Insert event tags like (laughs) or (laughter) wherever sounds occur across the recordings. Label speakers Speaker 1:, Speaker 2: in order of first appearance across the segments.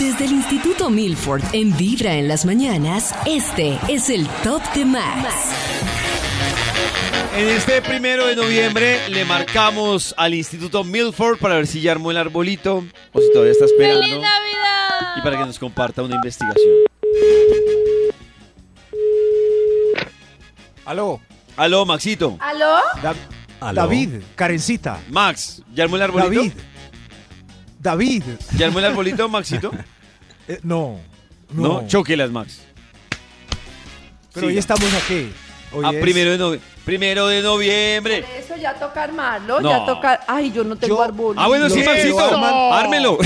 Speaker 1: Desde el Instituto Milford en Vibra en las mañanas, este es el Top de Max.
Speaker 2: En este primero de noviembre le marcamos al Instituto Milford para ver si ya armó el arbolito o si todavía está
Speaker 3: ¡Feliz
Speaker 2: esperando
Speaker 3: Navidad!
Speaker 2: y para que nos comparta una investigación.
Speaker 4: Aló,
Speaker 2: Aló, Maxito.
Speaker 3: ¿Aló?
Speaker 4: Da- David, Karencita,
Speaker 2: Max, ¿ya armó el arbolito?
Speaker 4: David, David,
Speaker 2: ¿Ya armó el
Speaker 4: (laughs)
Speaker 2: arbolito, Maxito?
Speaker 4: Eh, no, no,
Speaker 2: No, choquelas, Max.
Speaker 4: pero hoy
Speaker 2: Siga.
Speaker 4: estamos aquí. Hoy
Speaker 2: Ah,
Speaker 4: es-
Speaker 2: primero de, novie- primero de noviembre.
Speaker 3: Eso ya toca armarlo,
Speaker 2: No.
Speaker 3: ya toca... Ay, yo no tengo
Speaker 4: Yo-
Speaker 3: árbol.
Speaker 2: Ah, bueno, sí,
Speaker 4: Lo-
Speaker 2: Maxito.
Speaker 4: lo arman- (laughs)
Speaker 2: Ármelo.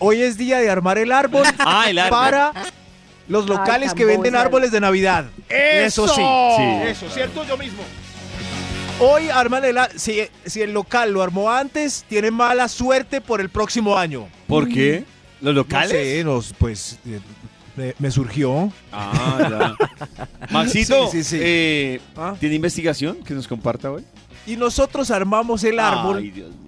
Speaker 4: Hoy es día de armar el árbol
Speaker 2: (laughs) Ah, el árbol.
Speaker 4: para los locales
Speaker 3: tan
Speaker 4: que venden
Speaker 3: bobo,
Speaker 4: árboles de Navidad. Eso sí.
Speaker 2: Sí.
Speaker 5: Eso, ¿cierto? Yo mismo.
Speaker 4: Hoy arman el árbol. Si, si el local lo armó antes, tiene mala suerte por el próximo año.
Speaker 2: ¿Por qué? ¿Los locales?
Speaker 4: No sé, nos- pues eh, me, me surgió.
Speaker 2: Ah,
Speaker 4: (laughs)
Speaker 2: ya. Maxito,
Speaker 4: Sí, sí, sí.
Speaker 2: eh,
Speaker 4: Ah.
Speaker 2: ¿tiene investigación que nos comparta hoy?
Speaker 4: Y nosotros armamos el árbol.
Speaker 2: Ay, Dios mío.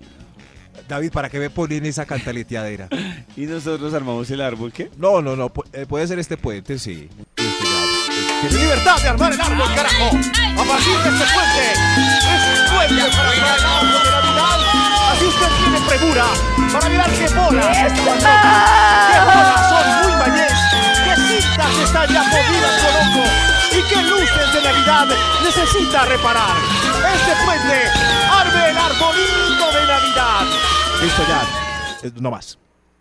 Speaker 4: David, ¿para qué me ponen esa cantaleteadera?
Speaker 2: Y nosotros armamos el árbol, ¿qué?
Speaker 4: No, no, no, pu- eh, puede ser este puente, sí. ¡Tiene libertad de armar el árbol, carajo! ¡A partir de este puente! ¡Es un puente para armar el árbol de Navidad! ¡Así usted tiene premura para mirar qué bolas están ¡Qué bolas son muy mayés! ¡Qué cintas están ya podidas, Colombo! ¡Y qué luces de Navidad necesita reparar! ¡Este puente arme el arbolito de Navidad! Listo, ya. Eh, No más.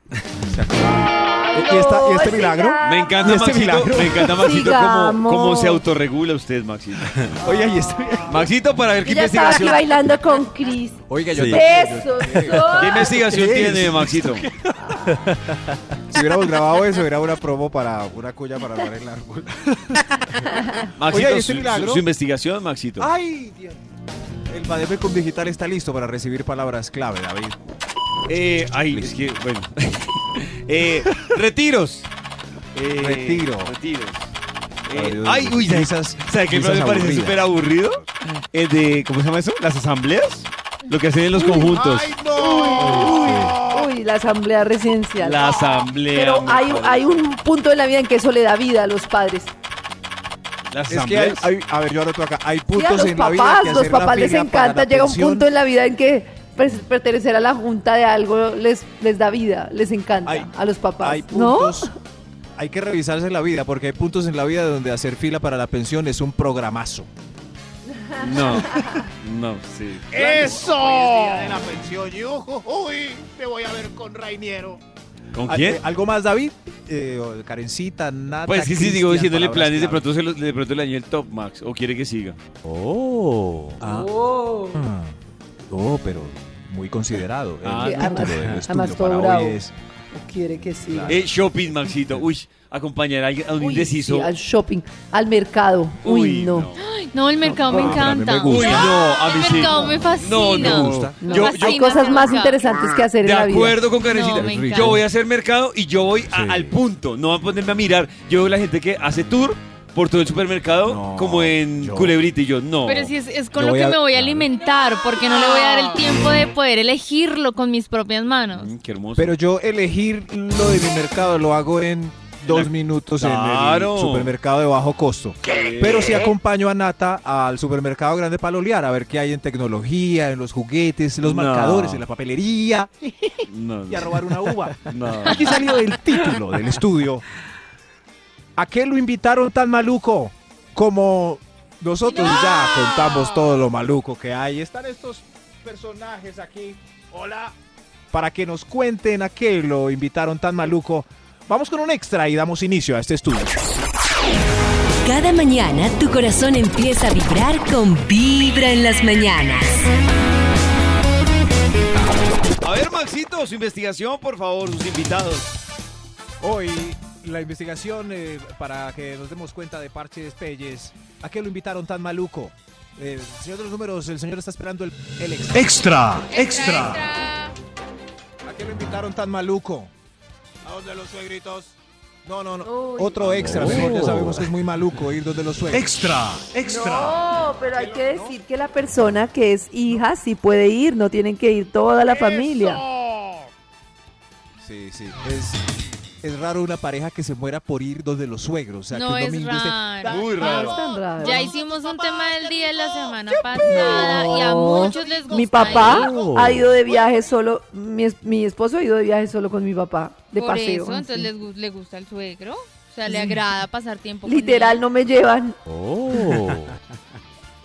Speaker 4: (laughs) ¿Y esta- y este milagro?
Speaker 2: Me encanta,
Speaker 4: ¿Y este
Speaker 2: Maxito,
Speaker 4: milagro?
Speaker 2: me encanta Maxito cómo,
Speaker 3: Sigamos.
Speaker 2: cómo se autorregula
Speaker 4: (laughs)
Speaker 2: usted, Maxito.
Speaker 4: Oye, este ahí estoy.
Speaker 2: Maxito, para ver qué
Speaker 3: Yo ya estaba aquí
Speaker 2: investigación,
Speaker 3: bailando con Chris.
Speaker 4: Oiga,
Speaker 2: yo Sí. también.
Speaker 3: Eso, eso.
Speaker 2: ¿qué investigación
Speaker 4: ¿Qué es?
Speaker 2: tiene,
Speaker 4: (laughs)
Speaker 2: Maxito.
Speaker 4: Si hubiéramos grabado eso, era una promo para una cuya para armar el
Speaker 2: (laughs)
Speaker 4: árbol. Oye, ¿y
Speaker 2: Maxito, su,
Speaker 4: este
Speaker 2: su-
Speaker 4: milagro? Ah.
Speaker 2: su investigación, Maxito.
Speaker 4: ¡Ay, Dios! El Bademecum Digital está listo para recibir palabras clave, David.
Speaker 2: Eh, ay, es que,
Speaker 4: (laughs)
Speaker 2: bueno. Eh, retiros. Eh,
Speaker 4: Retiro.
Speaker 2: Retiros. Eh,
Speaker 4: Ay, Dios,
Speaker 2: ay, uy, ¿sabes,
Speaker 4: risas-
Speaker 2: ¿sabes qué
Speaker 4: risas
Speaker 2: me parece
Speaker 4: aburridas.
Speaker 2: súper aburrido? El de, ¿cómo se llama eso? ¿Las asambleas? Lo que hacen en los conjuntos.
Speaker 5: ¡Ay, no!
Speaker 3: Uy, la asamblea residencial.
Speaker 2: La asamblea.
Speaker 3: Pero
Speaker 2: me
Speaker 3: hay,
Speaker 2: parece.
Speaker 3: hay un punto de la vida en que eso le da vida a los padres.
Speaker 2: Las
Speaker 4: Es que hay,
Speaker 2: asambleas.
Speaker 4: hay- a ver, yo anoto acá. Hay
Speaker 3: Sí, a
Speaker 4: puntos
Speaker 3: los
Speaker 4: en la vida
Speaker 3: papás,
Speaker 4: que
Speaker 3: los
Speaker 4: hacer la
Speaker 3: papás les
Speaker 4: fila para
Speaker 3: encanta.
Speaker 4: la
Speaker 3: Llega un
Speaker 4: pensión.
Speaker 3: punto en la vida en que per- pertenecer a la junta de algo les, les da vida, les encanta
Speaker 4: Hay-
Speaker 3: a los papás.
Speaker 4: Hay
Speaker 3: ¿No?
Speaker 4: puntos. Hay que revisarse la vida porque hay puntos en la vida donde hacer fila para la pensión es un programazo. (laughs)
Speaker 2: No. No, sí.
Speaker 5: ¡Eso!
Speaker 4: de la
Speaker 5: pensión. oh, ¡Uy! Me voy a ver con Rainiero.
Speaker 2: ¿Con
Speaker 4: Al-
Speaker 2: quién?
Speaker 4: eh, ¿Algo más, David? Eh, o Karencita, Nata.
Speaker 2: Pues sí, sí, sigo
Speaker 4: Cristian,
Speaker 2: diciéndole
Speaker 4: palabras
Speaker 2: planes, de
Speaker 4: clave.
Speaker 2: pronto, se lo- de pronto le dañó el top, Max. ¿O quiere que siga?
Speaker 4: Ah.
Speaker 3: Oh.
Speaker 4: Ah, No, pero muy considerado.
Speaker 2: Ah,
Speaker 4: el
Speaker 2: no.
Speaker 4: título del
Speaker 3: Además-
Speaker 4: estudio
Speaker 3: además todo
Speaker 4: para
Speaker 3: bravo.
Speaker 4: hoy es
Speaker 3: Quiere que siga.
Speaker 2: Eh, shopping, Maxito. Uy, acompañar a alguien- a un
Speaker 3: Uy,
Speaker 2: indeciso.
Speaker 3: sí, al shopping, al mercado. Uy, no.
Speaker 6: No, el mercado me
Speaker 4: no, pero a mí me
Speaker 6: encanta.
Speaker 2: Uy,
Speaker 4: gusta.
Speaker 2: no, a mí
Speaker 6: el
Speaker 2: sí.
Speaker 6: mercado me fascina.
Speaker 2: No, no.
Speaker 4: Me gusta.
Speaker 3: No,
Speaker 2: Yo- yo-
Speaker 6: Fascina,
Speaker 3: hay cosas
Speaker 6: me
Speaker 3: más
Speaker 6: encanta.
Speaker 3: interesantes que hacer
Speaker 2: De
Speaker 3: en la vida.
Speaker 2: acuerdo con Karencita.
Speaker 6: No, me encanta.
Speaker 2: yo voy a hacer mercado y yo voy a-
Speaker 4: Sí.
Speaker 2: al punto. No voy a ponerme a mirar. Yo veo la gente que hace tour por todo el supermercado,
Speaker 4: No,
Speaker 2: como en
Speaker 4: yo-
Speaker 2: Culebrita. Y yo, no.
Speaker 6: Pero si es, es con
Speaker 4: Yo
Speaker 6: lo
Speaker 4: voy
Speaker 6: que
Speaker 4: a-
Speaker 6: me voy a
Speaker 4: claro.
Speaker 6: alimentar, porque no le voy a dar el tiempo de poder elegirlo con mis propias manos.
Speaker 2: Mm, qué hermoso.
Speaker 4: Pero yo elegir lo de mi mercado lo hago en dos
Speaker 2: La-
Speaker 4: minutos en
Speaker 2: Claro.
Speaker 4: el supermercado de bajo costo.
Speaker 2: Eh,
Speaker 4: Pero sí acompaño a Nata al supermercado grande para olear, a ver qué hay en tecnología, en los juguetes, en los
Speaker 2: No.
Speaker 4: marcadores, en la papelería
Speaker 2: No,
Speaker 4: y a robar una uva. (laughs)
Speaker 2: no.
Speaker 4: Aquí salió el título del estudio. ¿A qué lo invitaron tan maluco? Como nosotros ya contamos todo lo maluco que hay. Están estos
Speaker 5: Personajes aquí. Hola.
Speaker 4: para que nos cuenten a qué lo invitaron tan maluco. Vamos con un extra y damos inicio a este estudio.
Speaker 1: Cada mañana tu corazón empieza a vibrar con Vibra en las mañanas.
Speaker 2: A ver, Maxito, su investigación, por favor, sus invitados.
Speaker 4: Hoy la investigación eh, para que nos demos cuenta de Parches Pelles. ¿A qué lo invitaron tan maluco? Eh, señor de los números, el señor está esperando el, el extra.
Speaker 7: Extra,
Speaker 6: Extra,
Speaker 7: extra.
Speaker 6: extra.
Speaker 4: ¿A qué lo invitaron tan maluco?
Speaker 5: ¿A dónde los suegritos?
Speaker 4: No, no, no.
Speaker 3: Uy.
Speaker 4: Otro extra, mejor ya sabemos que es muy maluco ir donde los suegros.
Speaker 7: Extra, extra.
Speaker 3: No, pero hay que decir que la persona que es hija sí puede ir, no tienen que ir toda la familia.
Speaker 5: ¡Eso!
Speaker 4: Sí, sí. Es, es raro una pareja que se muera por ir donde los suegros. O sea,
Speaker 6: No
Speaker 4: que un
Speaker 6: es
Speaker 4: domingo esté-
Speaker 6: raro.
Speaker 2: Muy
Speaker 3: No es
Speaker 2: raro.
Speaker 3: tan raro.
Speaker 6: Ya hicimos un tema del día de la semana pasada y a muchos les gusta.
Speaker 3: Mi papá
Speaker 6: ir.
Speaker 3: ha ido de viaje solo, mi, es- mi esposo ha ido de viaje solo con mi papá, de
Speaker 6: Por
Speaker 3: paseo.
Speaker 6: eso, entonces
Speaker 3: así.
Speaker 6: les gu- le gusta el suegro. O sea, le agrada pasar tiempo
Speaker 3: Literal,
Speaker 6: con él.
Speaker 3: no me llevan.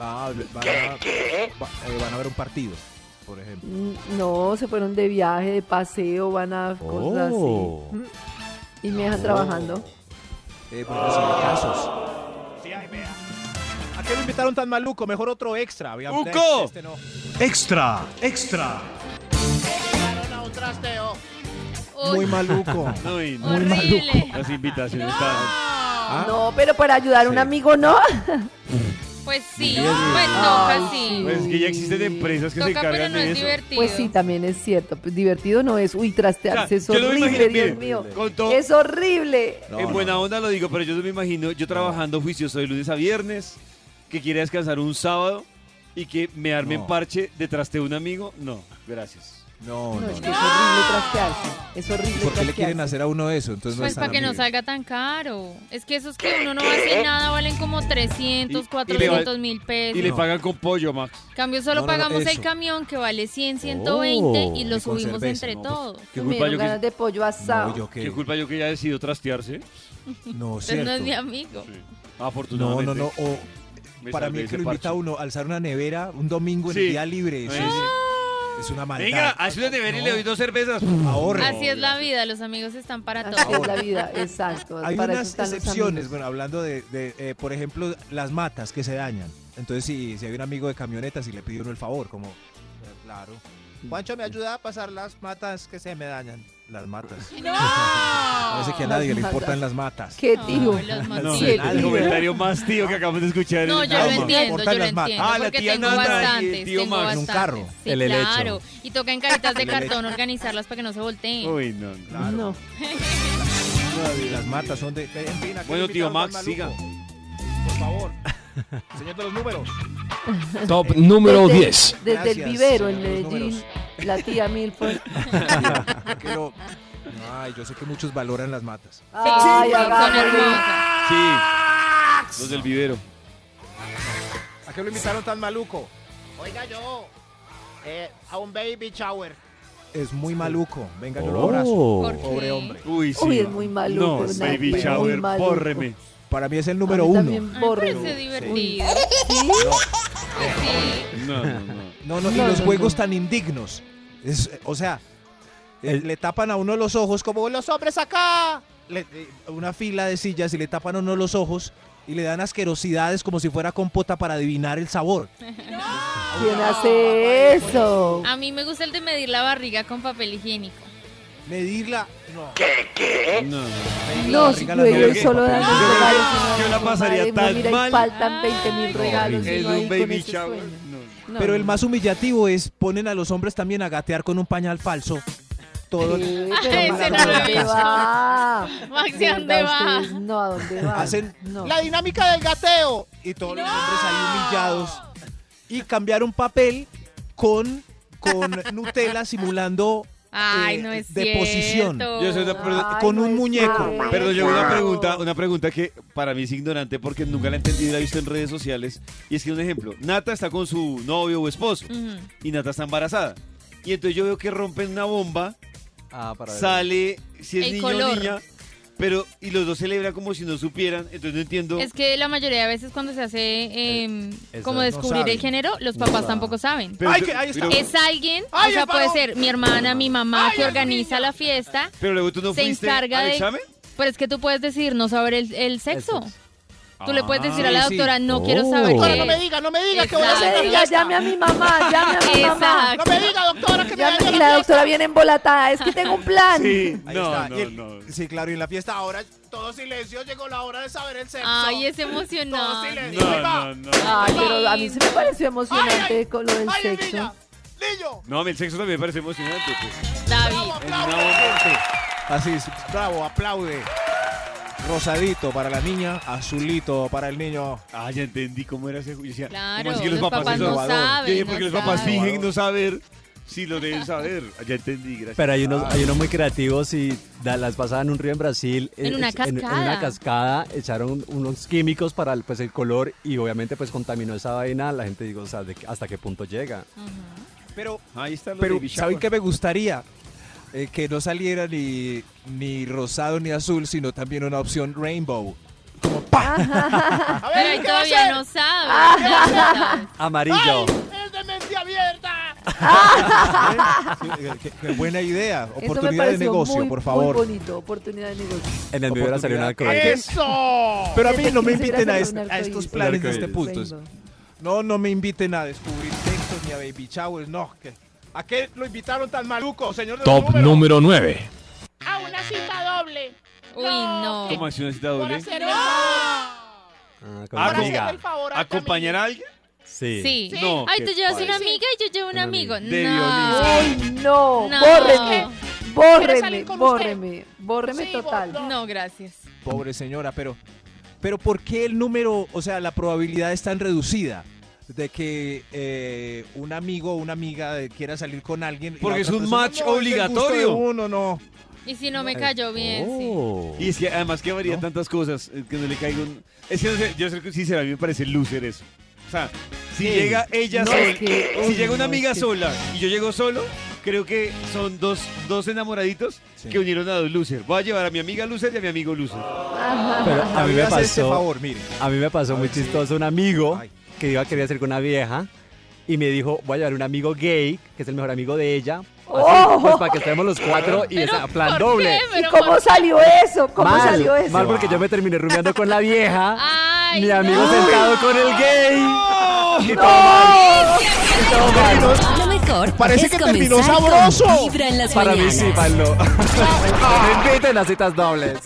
Speaker 4: Ah, van, a, va- eh, van a ver un partido, por ejemplo.
Speaker 3: Mm, No, se fueron de viaje, de paseo, van a cosas así. Mm. Y me dejan trabajando.
Speaker 4: Eh, porque son casos. ¿A qué lo invitaron tan maluco? Mejor otro extra. vean,
Speaker 2: ¡Uco!
Speaker 4: next, este no.
Speaker 7: Extra, extra.
Speaker 5: Llegaron a un trasteo.
Speaker 6: Uy,
Speaker 4: Muy
Speaker 6: (laughs)
Speaker 4: maluco.
Speaker 2: No, y no.
Speaker 6: horrible.
Speaker 2: Las invitaciones estaban.
Speaker 4: Ah,
Speaker 3: No, pero para ayudar a un
Speaker 4: Sí.
Speaker 3: amigo no. (laughs)
Speaker 6: Pues sí, pues toca sí.
Speaker 2: Pues es que ya existen empresas que se
Speaker 6: Toca, pero
Speaker 2: encargan
Speaker 6: no
Speaker 2: de
Speaker 6: es
Speaker 2: eso.
Speaker 6: divertido.
Speaker 3: Pues sí, también es cierto. Pues divertido no es. Uy,
Speaker 2: O sea,
Speaker 3: trastearse es
Speaker 2: yo lo
Speaker 3: horrible,
Speaker 2: imagino,
Speaker 3: Dios
Speaker 2: miren,
Speaker 3: mío.
Speaker 2: con todo-
Speaker 3: Es horrible.
Speaker 4: No,
Speaker 2: en
Speaker 4: no,
Speaker 2: buena
Speaker 4: no.
Speaker 2: onda lo digo, pero yo no me imagino, yo trabajando juicioso de lunes a viernes, que quiere descansar un sábado y que me arme en
Speaker 4: No.
Speaker 2: parche detrás de un amigo. No, gracias.
Speaker 4: No,
Speaker 3: No,
Speaker 4: no,
Speaker 3: es que
Speaker 4: no.
Speaker 3: es horrible
Speaker 4: ¡Ah!
Speaker 3: trastearse. Es horrible
Speaker 4: ¿Por qué le
Speaker 3: trastearse.
Speaker 4: quieren hacer a uno eso? Entonces no
Speaker 6: Pues
Speaker 4: es
Speaker 6: para
Speaker 4: tan
Speaker 6: que no
Speaker 4: amigo.
Speaker 6: salga tan caro. Es que esos que uno no hace nada valen como 300,
Speaker 2: Y- y le
Speaker 6: 400
Speaker 2: va-
Speaker 6: mil
Speaker 2: y
Speaker 6: pesos.
Speaker 2: le pagan con pollo, Max.
Speaker 6: cambio solo
Speaker 4: No, no, no,
Speaker 6: pagamos el
Speaker 4: eso. Oh,
Speaker 6: camión que vale 100, 120 y lo
Speaker 4: Y con
Speaker 6: subimos
Speaker 4: cerveza,
Speaker 6: entre
Speaker 4: no, pues,
Speaker 6: todos.
Speaker 2: ¿Qué
Speaker 3: Me
Speaker 2: culpa,
Speaker 3: dieron
Speaker 2: yo
Speaker 3: ganas
Speaker 2: que,
Speaker 3: de pollo asado.
Speaker 4: No, yo qué.
Speaker 2: qué culpa yo que ya decidido trastearse? (laughs)
Speaker 4: No,
Speaker 6: Entonces no es mi
Speaker 4: cierto.
Speaker 6: amigo.
Speaker 4: No,
Speaker 2: Afortunadamente.
Speaker 4: no, no. O
Speaker 2: me
Speaker 4: para
Speaker 2: salvé
Speaker 4: mí que
Speaker 2: ese
Speaker 4: lo invita a
Speaker 2: parche.
Speaker 4: uno a alzar una nevera un domingo en
Speaker 2: Sí.
Speaker 4: el día libre. Eso
Speaker 2: Sí,
Speaker 4: es,
Speaker 2: sí.
Speaker 4: es una maldad.
Speaker 2: Venga, hace una deber y
Speaker 4: No.
Speaker 2: le doy dos cervezas.
Speaker 4: Ahorre.
Speaker 6: Así es la vida, los amigos están
Speaker 4: Ah,
Speaker 6: para
Speaker 3: Así
Speaker 6: todo.
Speaker 3: es la vida, exacto.
Speaker 4: Hay
Speaker 3: para eso
Speaker 4: unas
Speaker 3: están los
Speaker 4: excepciones,
Speaker 3: amigos.
Speaker 4: bueno, hablando de, de, eh, por ejemplo, las matas que se dañan. Entonces, si, si hay un amigo de camionetas y le pide uno el favor, como, eh, claro. Juancho, ¿me ayuda a pasar las matas que se me dañan? Las matas. (laughs)
Speaker 3: (laughs)
Speaker 4: Parece que a
Speaker 3: Las
Speaker 4: nadie le
Speaker 3: matas.
Speaker 4: importan las matas.
Speaker 3: Qué
Speaker 6: No,
Speaker 3: tío.
Speaker 6: los más
Speaker 2: No,
Speaker 3: Sí,
Speaker 6: bien.
Speaker 4: nada.
Speaker 2: el comentario más tío que acabamos de escuchar. en
Speaker 6: No,
Speaker 2: el
Speaker 6: yo lo
Speaker 4: Vamos,
Speaker 2: programa.
Speaker 6: entiendo, yo
Speaker 4: cortan
Speaker 6: lo
Speaker 4: las matas.
Speaker 6: entiendo.
Speaker 2: Ah, la
Speaker 6: porque
Speaker 2: tía
Speaker 6: tengo
Speaker 2: Nata y el
Speaker 6: bastantes,
Speaker 2: tío
Speaker 6: tengo
Speaker 2: Max,
Speaker 4: un
Speaker 6: bastantes.
Speaker 4: carro.
Speaker 6: Sí,
Speaker 4: El helecho.
Speaker 6: claro. Y toca en caritas
Speaker 4: (laughs)
Speaker 6: de cartón organizarlas para que no se volteen.
Speaker 2: Uy, no. no.
Speaker 3: No.
Speaker 4: Las matas son de. En fin, ¿a qué
Speaker 2: Bueno,
Speaker 4: le
Speaker 2: tío
Speaker 4: invitaron tan
Speaker 2: Max,
Speaker 4: maluco?
Speaker 2: siga.
Speaker 4: Por favor. Señor de los números.
Speaker 8: Top número
Speaker 3: Desde-
Speaker 8: 10.
Speaker 3: Desde
Speaker 4: Gracias,
Speaker 3: el vivero en
Speaker 4: señor de los
Speaker 3: Medellín,
Speaker 4: números.
Speaker 3: la tía Milford.
Speaker 4: (laughs) Que lo- Ay, yo sé que muchos valoran las matas.
Speaker 3: Ay,
Speaker 6: Son
Speaker 3: hagámosle.
Speaker 6: hermosas.
Speaker 2: Sí. Los del vivero.
Speaker 4: ¿A qué lo invitaron tan maluco?
Speaker 5: Oiga, yo. eh, a un baby shower.
Speaker 4: Es muy maluco. Venga, yo
Speaker 2: Oh.
Speaker 4: lo abrazo.
Speaker 6: ¿Por qué?
Speaker 4: Pobre hombre.
Speaker 2: Uy, sí.
Speaker 3: Uy, es muy
Speaker 2: No,
Speaker 3: maluco. Nata,
Speaker 2: baby
Speaker 3: muy
Speaker 2: shower,
Speaker 3: maluco.
Speaker 2: pórreme.
Speaker 4: Para mí es el
Speaker 3: A mí
Speaker 4: número uno.
Speaker 3: también,
Speaker 6: Ay,
Speaker 3: borre.
Speaker 6: parece divertido. Pues sí.
Speaker 2: No, no, no.
Speaker 4: No, no, y
Speaker 3: No,
Speaker 4: los
Speaker 3: no,
Speaker 4: juegos
Speaker 3: no.
Speaker 4: tan indignos. Es, eh, o sea, eh, le tapan a uno los ojos como los hombres acá. Le- eh, una fila de sillas y le tapan a uno los ojos y le dan asquerosidades como si fuera compota para adivinar el sabor.
Speaker 3: ¿Quién hace eso?
Speaker 6: A mí me gusta el de medir la barriga con papel higiénico.
Speaker 4: Medirla. No.
Speaker 2: no, no.
Speaker 3: No, si
Speaker 4: Barriga, las
Speaker 3: luego
Speaker 2: novias
Speaker 4: novias
Speaker 3: solo
Speaker 4: con papel.
Speaker 3: dan los
Speaker 2: Yo-
Speaker 3: regalos.
Speaker 2: yo la pasaría
Speaker 3: Madre,
Speaker 2: tan
Speaker 3: mira, y
Speaker 2: mal.
Speaker 3: faltan 20
Speaker 6: Ay,
Speaker 3: mil
Speaker 2: Es
Speaker 3: regalos. y
Speaker 2: de
Speaker 3: no
Speaker 2: un
Speaker 3: hay con
Speaker 2: baby
Speaker 3: ese
Speaker 2: shower.
Speaker 3: sueño.
Speaker 2: No, no.
Speaker 3: No,
Speaker 4: Pero
Speaker 3: no,
Speaker 4: el más humillativo es ponen a los hombres también a gatear con un pañal falso. Todo el-
Speaker 3: Sí,
Speaker 6: Ay,
Speaker 3: pero
Speaker 6: ese
Speaker 3: Max,
Speaker 6: no
Speaker 3: ¿a
Speaker 6: lo
Speaker 3: dónde
Speaker 6: he
Speaker 3: va?
Speaker 6: Maxi, ¿a dónde
Speaker 3: ¿Verdad?
Speaker 6: va?
Speaker 3: Ustedes No, ¿a dónde va?
Speaker 4: Hacen
Speaker 3: No.
Speaker 5: La dinámica del gateo.
Speaker 4: y todos los hombres ahí humillados y cambiar un papel con con Nutella simulando
Speaker 6: Ay,
Speaker 4: eh,
Speaker 6: no es
Speaker 4: de
Speaker 6: cierto.
Speaker 4: posición.
Speaker 2: Yo soy una persona-
Speaker 3: Ay,
Speaker 4: con un
Speaker 3: es
Speaker 4: muñeco.
Speaker 3: cierto.
Speaker 2: Pero yo una pregunta, una pregunta que para mí es ignorante porque nunca la he entendido y la he visto en redes sociales. Y es que un ejemplo, Nata está con su novio o esposo
Speaker 6: Ujú.
Speaker 2: y Nata está embarazada. Y entonces yo veo que rompen una bomba, sale si es
Speaker 6: El
Speaker 2: niño o
Speaker 6: color.
Speaker 2: niña, pero y los dos celebran como si no supieran, entonces no entiendo.
Speaker 6: Es que la mayoría de veces cuando se hace eh,
Speaker 4: eso
Speaker 6: como
Speaker 4: no
Speaker 6: descubrir
Speaker 4: saben.
Speaker 6: el género, los
Speaker 4: No
Speaker 6: papás
Speaker 4: saben.
Speaker 6: tampoco saben.
Speaker 2: pero,
Speaker 4: Ay, que ahí está.
Speaker 2: pero-
Speaker 6: Es alguien, o
Speaker 5: ¡Ay,
Speaker 6: sea,
Speaker 5: el
Speaker 6: puede
Speaker 5: varón!
Speaker 6: ser mi hermana, mi mamá
Speaker 5: ¡Ay,
Speaker 6: que
Speaker 5: el
Speaker 6: organiza la fiesta,
Speaker 2: pero luego tú no
Speaker 6: se
Speaker 2: fuiste
Speaker 6: encarga
Speaker 2: al
Speaker 6: de-
Speaker 2: examen.
Speaker 6: pero es que tú puedes decidir no saber el, el sexo. Tú le puedes decir a la
Speaker 4: Ah, sí.
Speaker 6: doctora, no quiero
Speaker 8: Oh.
Speaker 6: saber
Speaker 5: Doctora, no me
Speaker 6: qué.
Speaker 5: diga, no me diga que voy a
Speaker 3: No
Speaker 6: Exacto.
Speaker 5: hacer
Speaker 3: me
Speaker 5: una
Speaker 3: diga,
Speaker 5: fiesta.
Speaker 3: llame a mi mamá, llame a mi mamá.
Speaker 6: Exacto.
Speaker 5: No me diga, doctora, que me
Speaker 3: Llame-
Speaker 5: vaya a
Speaker 3: y
Speaker 5: la
Speaker 3: la
Speaker 5: fiesta.
Speaker 3: doctora viene embolatada. Es que tengo un plan.
Speaker 4: Ahí
Speaker 7: No,
Speaker 4: está.
Speaker 7: no,
Speaker 4: Y el-
Speaker 7: no.
Speaker 4: Sí, claro, y en la fiesta ahora.
Speaker 5: Ahora todo silencio, llegó la hora de saber el sexo.
Speaker 6: Ay, es
Speaker 5: Todo
Speaker 6: emocionante.
Speaker 5: silencio.
Speaker 7: No,
Speaker 5: Ahí
Speaker 7: no,
Speaker 5: va.
Speaker 7: no.
Speaker 3: Ay, pero a mí se me pareció emocionante
Speaker 5: Ay, ay.
Speaker 3: con lo del
Speaker 5: ¡Ay,
Speaker 3: sexo.
Speaker 5: niña! ¡Niño!
Speaker 2: No, a mí el sexo también me parece emocionante. Pues.
Speaker 5: ¡Bravo,
Speaker 6: David,
Speaker 5: aplauso!
Speaker 4: Así es, bravo, aplaude. Rosadito para la niña, azulito para el niño.
Speaker 2: Ah, ya entendí cómo era ese juicio.
Speaker 6: Claro,
Speaker 2: ¿Cómo así que los,
Speaker 6: los
Speaker 2: papás,
Speaker 6: papás
Speaker 2: eso-
Speaker 4: no
Speaker 6: saben,
Speaker 2: Yo dije,
Speaker 6: no
Speaker 2: porque los papás
Speaker 6: saben.
Speaker 2: fingen no saber si lo deben saber. Ah, Ya entendí, gracias.
Speaker 9: Pero hay unos, hay unos muy creativos y da- las pasaban un río en Brasil. eh,
Speaker 6: En una cascada.
Speaker 9: una cascada echaron unos químicos para el, pues, el color y obviamente pues contaminó esa vaina. La gente digo, o sea, de- ¿hasta qué punto llega?
Speaker 4: Pero,
Speaker 2: Ah, Ahí están los
Speaker 4: pero
Speaker 2: baby
Speaker 4: ¿saben
Speaker 2: shower.
Speaker 4: qué me gustaría? Eh, que no saliera ni, ni rosado ni azul, sino también una opción rainbow. (laughs) Como ¡pa!
Speaker 5: A
Speaker 6: pero
Speaker 5: ver,
Speaker 6: ahí
Speaker 5: ¿qué va a
Speaker 6: todavía
Speaker 5: hacer?
Speaker 6: no sabe. ya no sabe.
Speaker 9: Ah. Amarillo.
Speaker 5: ¡Ay, ¡Es de mente abierta!
Speaker 4: Sí, eh, qué, qué buena idea.
Speaker 3: Eso me
Speaker 4: Oportunidad de
Speaker 3: pareció
Speaker 4: negocio,
Speaker 3: muy,
Speaker 4: por
Speaker 3: muy
Speaker 4: favor.
Speaker 3: bonito, oportunidad de negocio.
Speaker 9: En el video salió una
Speaker 4: Oportunidad.
Speaker 9: cola.
Speaker 5: ¡Eso!
Speaker 4: Pero a mí (laughs) no me
Speaker 3: Pensé que
Speaker 4: inviten a,
Speaker 3: era
Speaker 4: est-
Speaker 3: un
Speaker 4: a estos
Speaker 3: arcoíris.
Speaker 4: planes de
Speaker 9: Un
Speaker 4: este
Speaker 9: arcoíris.
Speaker 4: punto. No, no me inviten a descubrir sexos ni a baby showers. No, que
Speaker 5: ¿A qué lo invitaron tan maluco, señor de
Speaker 8: Top
Speaker 5: los
Speaker 8: número
Speaker 5: números?
Speaker 8: 9.
Speaker 10: A una cita doble.
Speaker 6: (laughs) Uy, no.
Speaker 2: ¿Cómo así una cita
Speaker 10: Por
Speaker 2: doble?
Speaker 10: hacer el favor.
Speaker 9: Ah, con
Speaker 2: Ah,
Speaker 10: Por
Speaker 2: como-
Speaker 9: una
Speaker 10: hacer
Speaker 9: amiga.
Speaker 10: el favor a esta
Speaker 2: ¿Acompañar a
Speaker 10: amiga.
Speaker 2: alguien?
Speaker 9: Sí.
Speaker 6: Sí.
Speaker 10: Sí.
Speaker 2: No.
Speaker 6: Ay,
Speaker 2: qué
Speaker 6: tú llevas una
Speaker 2: padre.
Speaker 6: amiga y yo llevo un
Speaker 9: Un amigo.
Speaker 6: amigo.
Speaker 2: De
Speaker 6: No.
Speaker 3: Ay, no,
Speaker 6: No.
Speaker 3: bórreme,
Speaker 10: ¿Quiere
Speaker 3: bórreme,
Speaker 10: salir con
Speaker 3: bórreme, bórreme
Speaker 10: Sí,
Speaker 3: total.
Speaker 10: vos-
Speaker 6: No, gracias.
Speaker 4: pobre señora, pero, pero ¿por qué el número, o sea, la probabilidad es tan reducida de que eh, un amigo o una amiga eh, quiera salir con alguien? y la
Speaker 2: Porque es
Speaker 4: otra
Speaker 2: un
Speaker 4: persona,
Speaker 2: match
Speaker 4: "No, es del gusto de
Speaker 2: obligatorio".
Speaker 4: uno, no.
Speaker 6: Y si no me cayó bien, sí.
Speaker 9: Oh.
Speaker 2: Y es que además que varía tantas cosas, eh, que no le caiga un... Es que no sé, yo sé que sí, a mí me parece loser eso. O sea, si llega ella
Speaker 3: No,
Speaker 2: sola,
Speaker 3: es que-
Speaker 2: si
Speaker 3: uy,
Speaker 2: llega una
Speaker 3: no,
Speaker 2: amiga
Speaker 3: es que-
Speaker 2: sola y yo llego solo, creo que son dos, dos enamoraditos
Speaker 4: Sí.
Speaker 2: que unieron a dos loser. Voy a llevar a mi amiga loser y a mi amigo loser.
Speaker 9: Pero a mí me
Speaker 4: Hágase este
Speaker 9: pasó.
Speaker 4: favor, mire.
Speaker 9: A mí me pasó muy chistoso un amigo
Speaker 4: Ay.
Speaker 9: que iba a querer hacer con una vieja y me dijo, voy a llevar un amigo gay, que es el mejor amigo de ella, así, pues para que estemos los cuatro y
Speaker 6: Pero,
Speaker 9: esa plan
Speaker 6: ¿por
Speaker 9: doble.
Speaker 6: qué?
Speaker 3: ¿Y
Speaker 6: Pero,
Speaker 3: cómo
Speaker 6: ¿por-
Speaker 3: salió eso? ¿Cómo
Speaker 9: mal,
Speaker 3: salió eso?
Speaker 9: mal porque yo me terminé rumiando con la vieja,
Speaker 6: Ay,
Speaker 9: mi amigo
Speaker 6: no.
Speaker 9: sentado con el gay. Y todo
Speaker 1: Lo mejor
Speaker 4: Parece
Speaker 1: es
Speaker 4: que terminó
Speaker 1: comenzar con
Speaker 4: sabroso.
Speaker 1: Vibra en las
Speaker 9: para mí
Speaker 1: mañanas.
Speaker 9: sí, Pablo. Me inviten a citas dobles.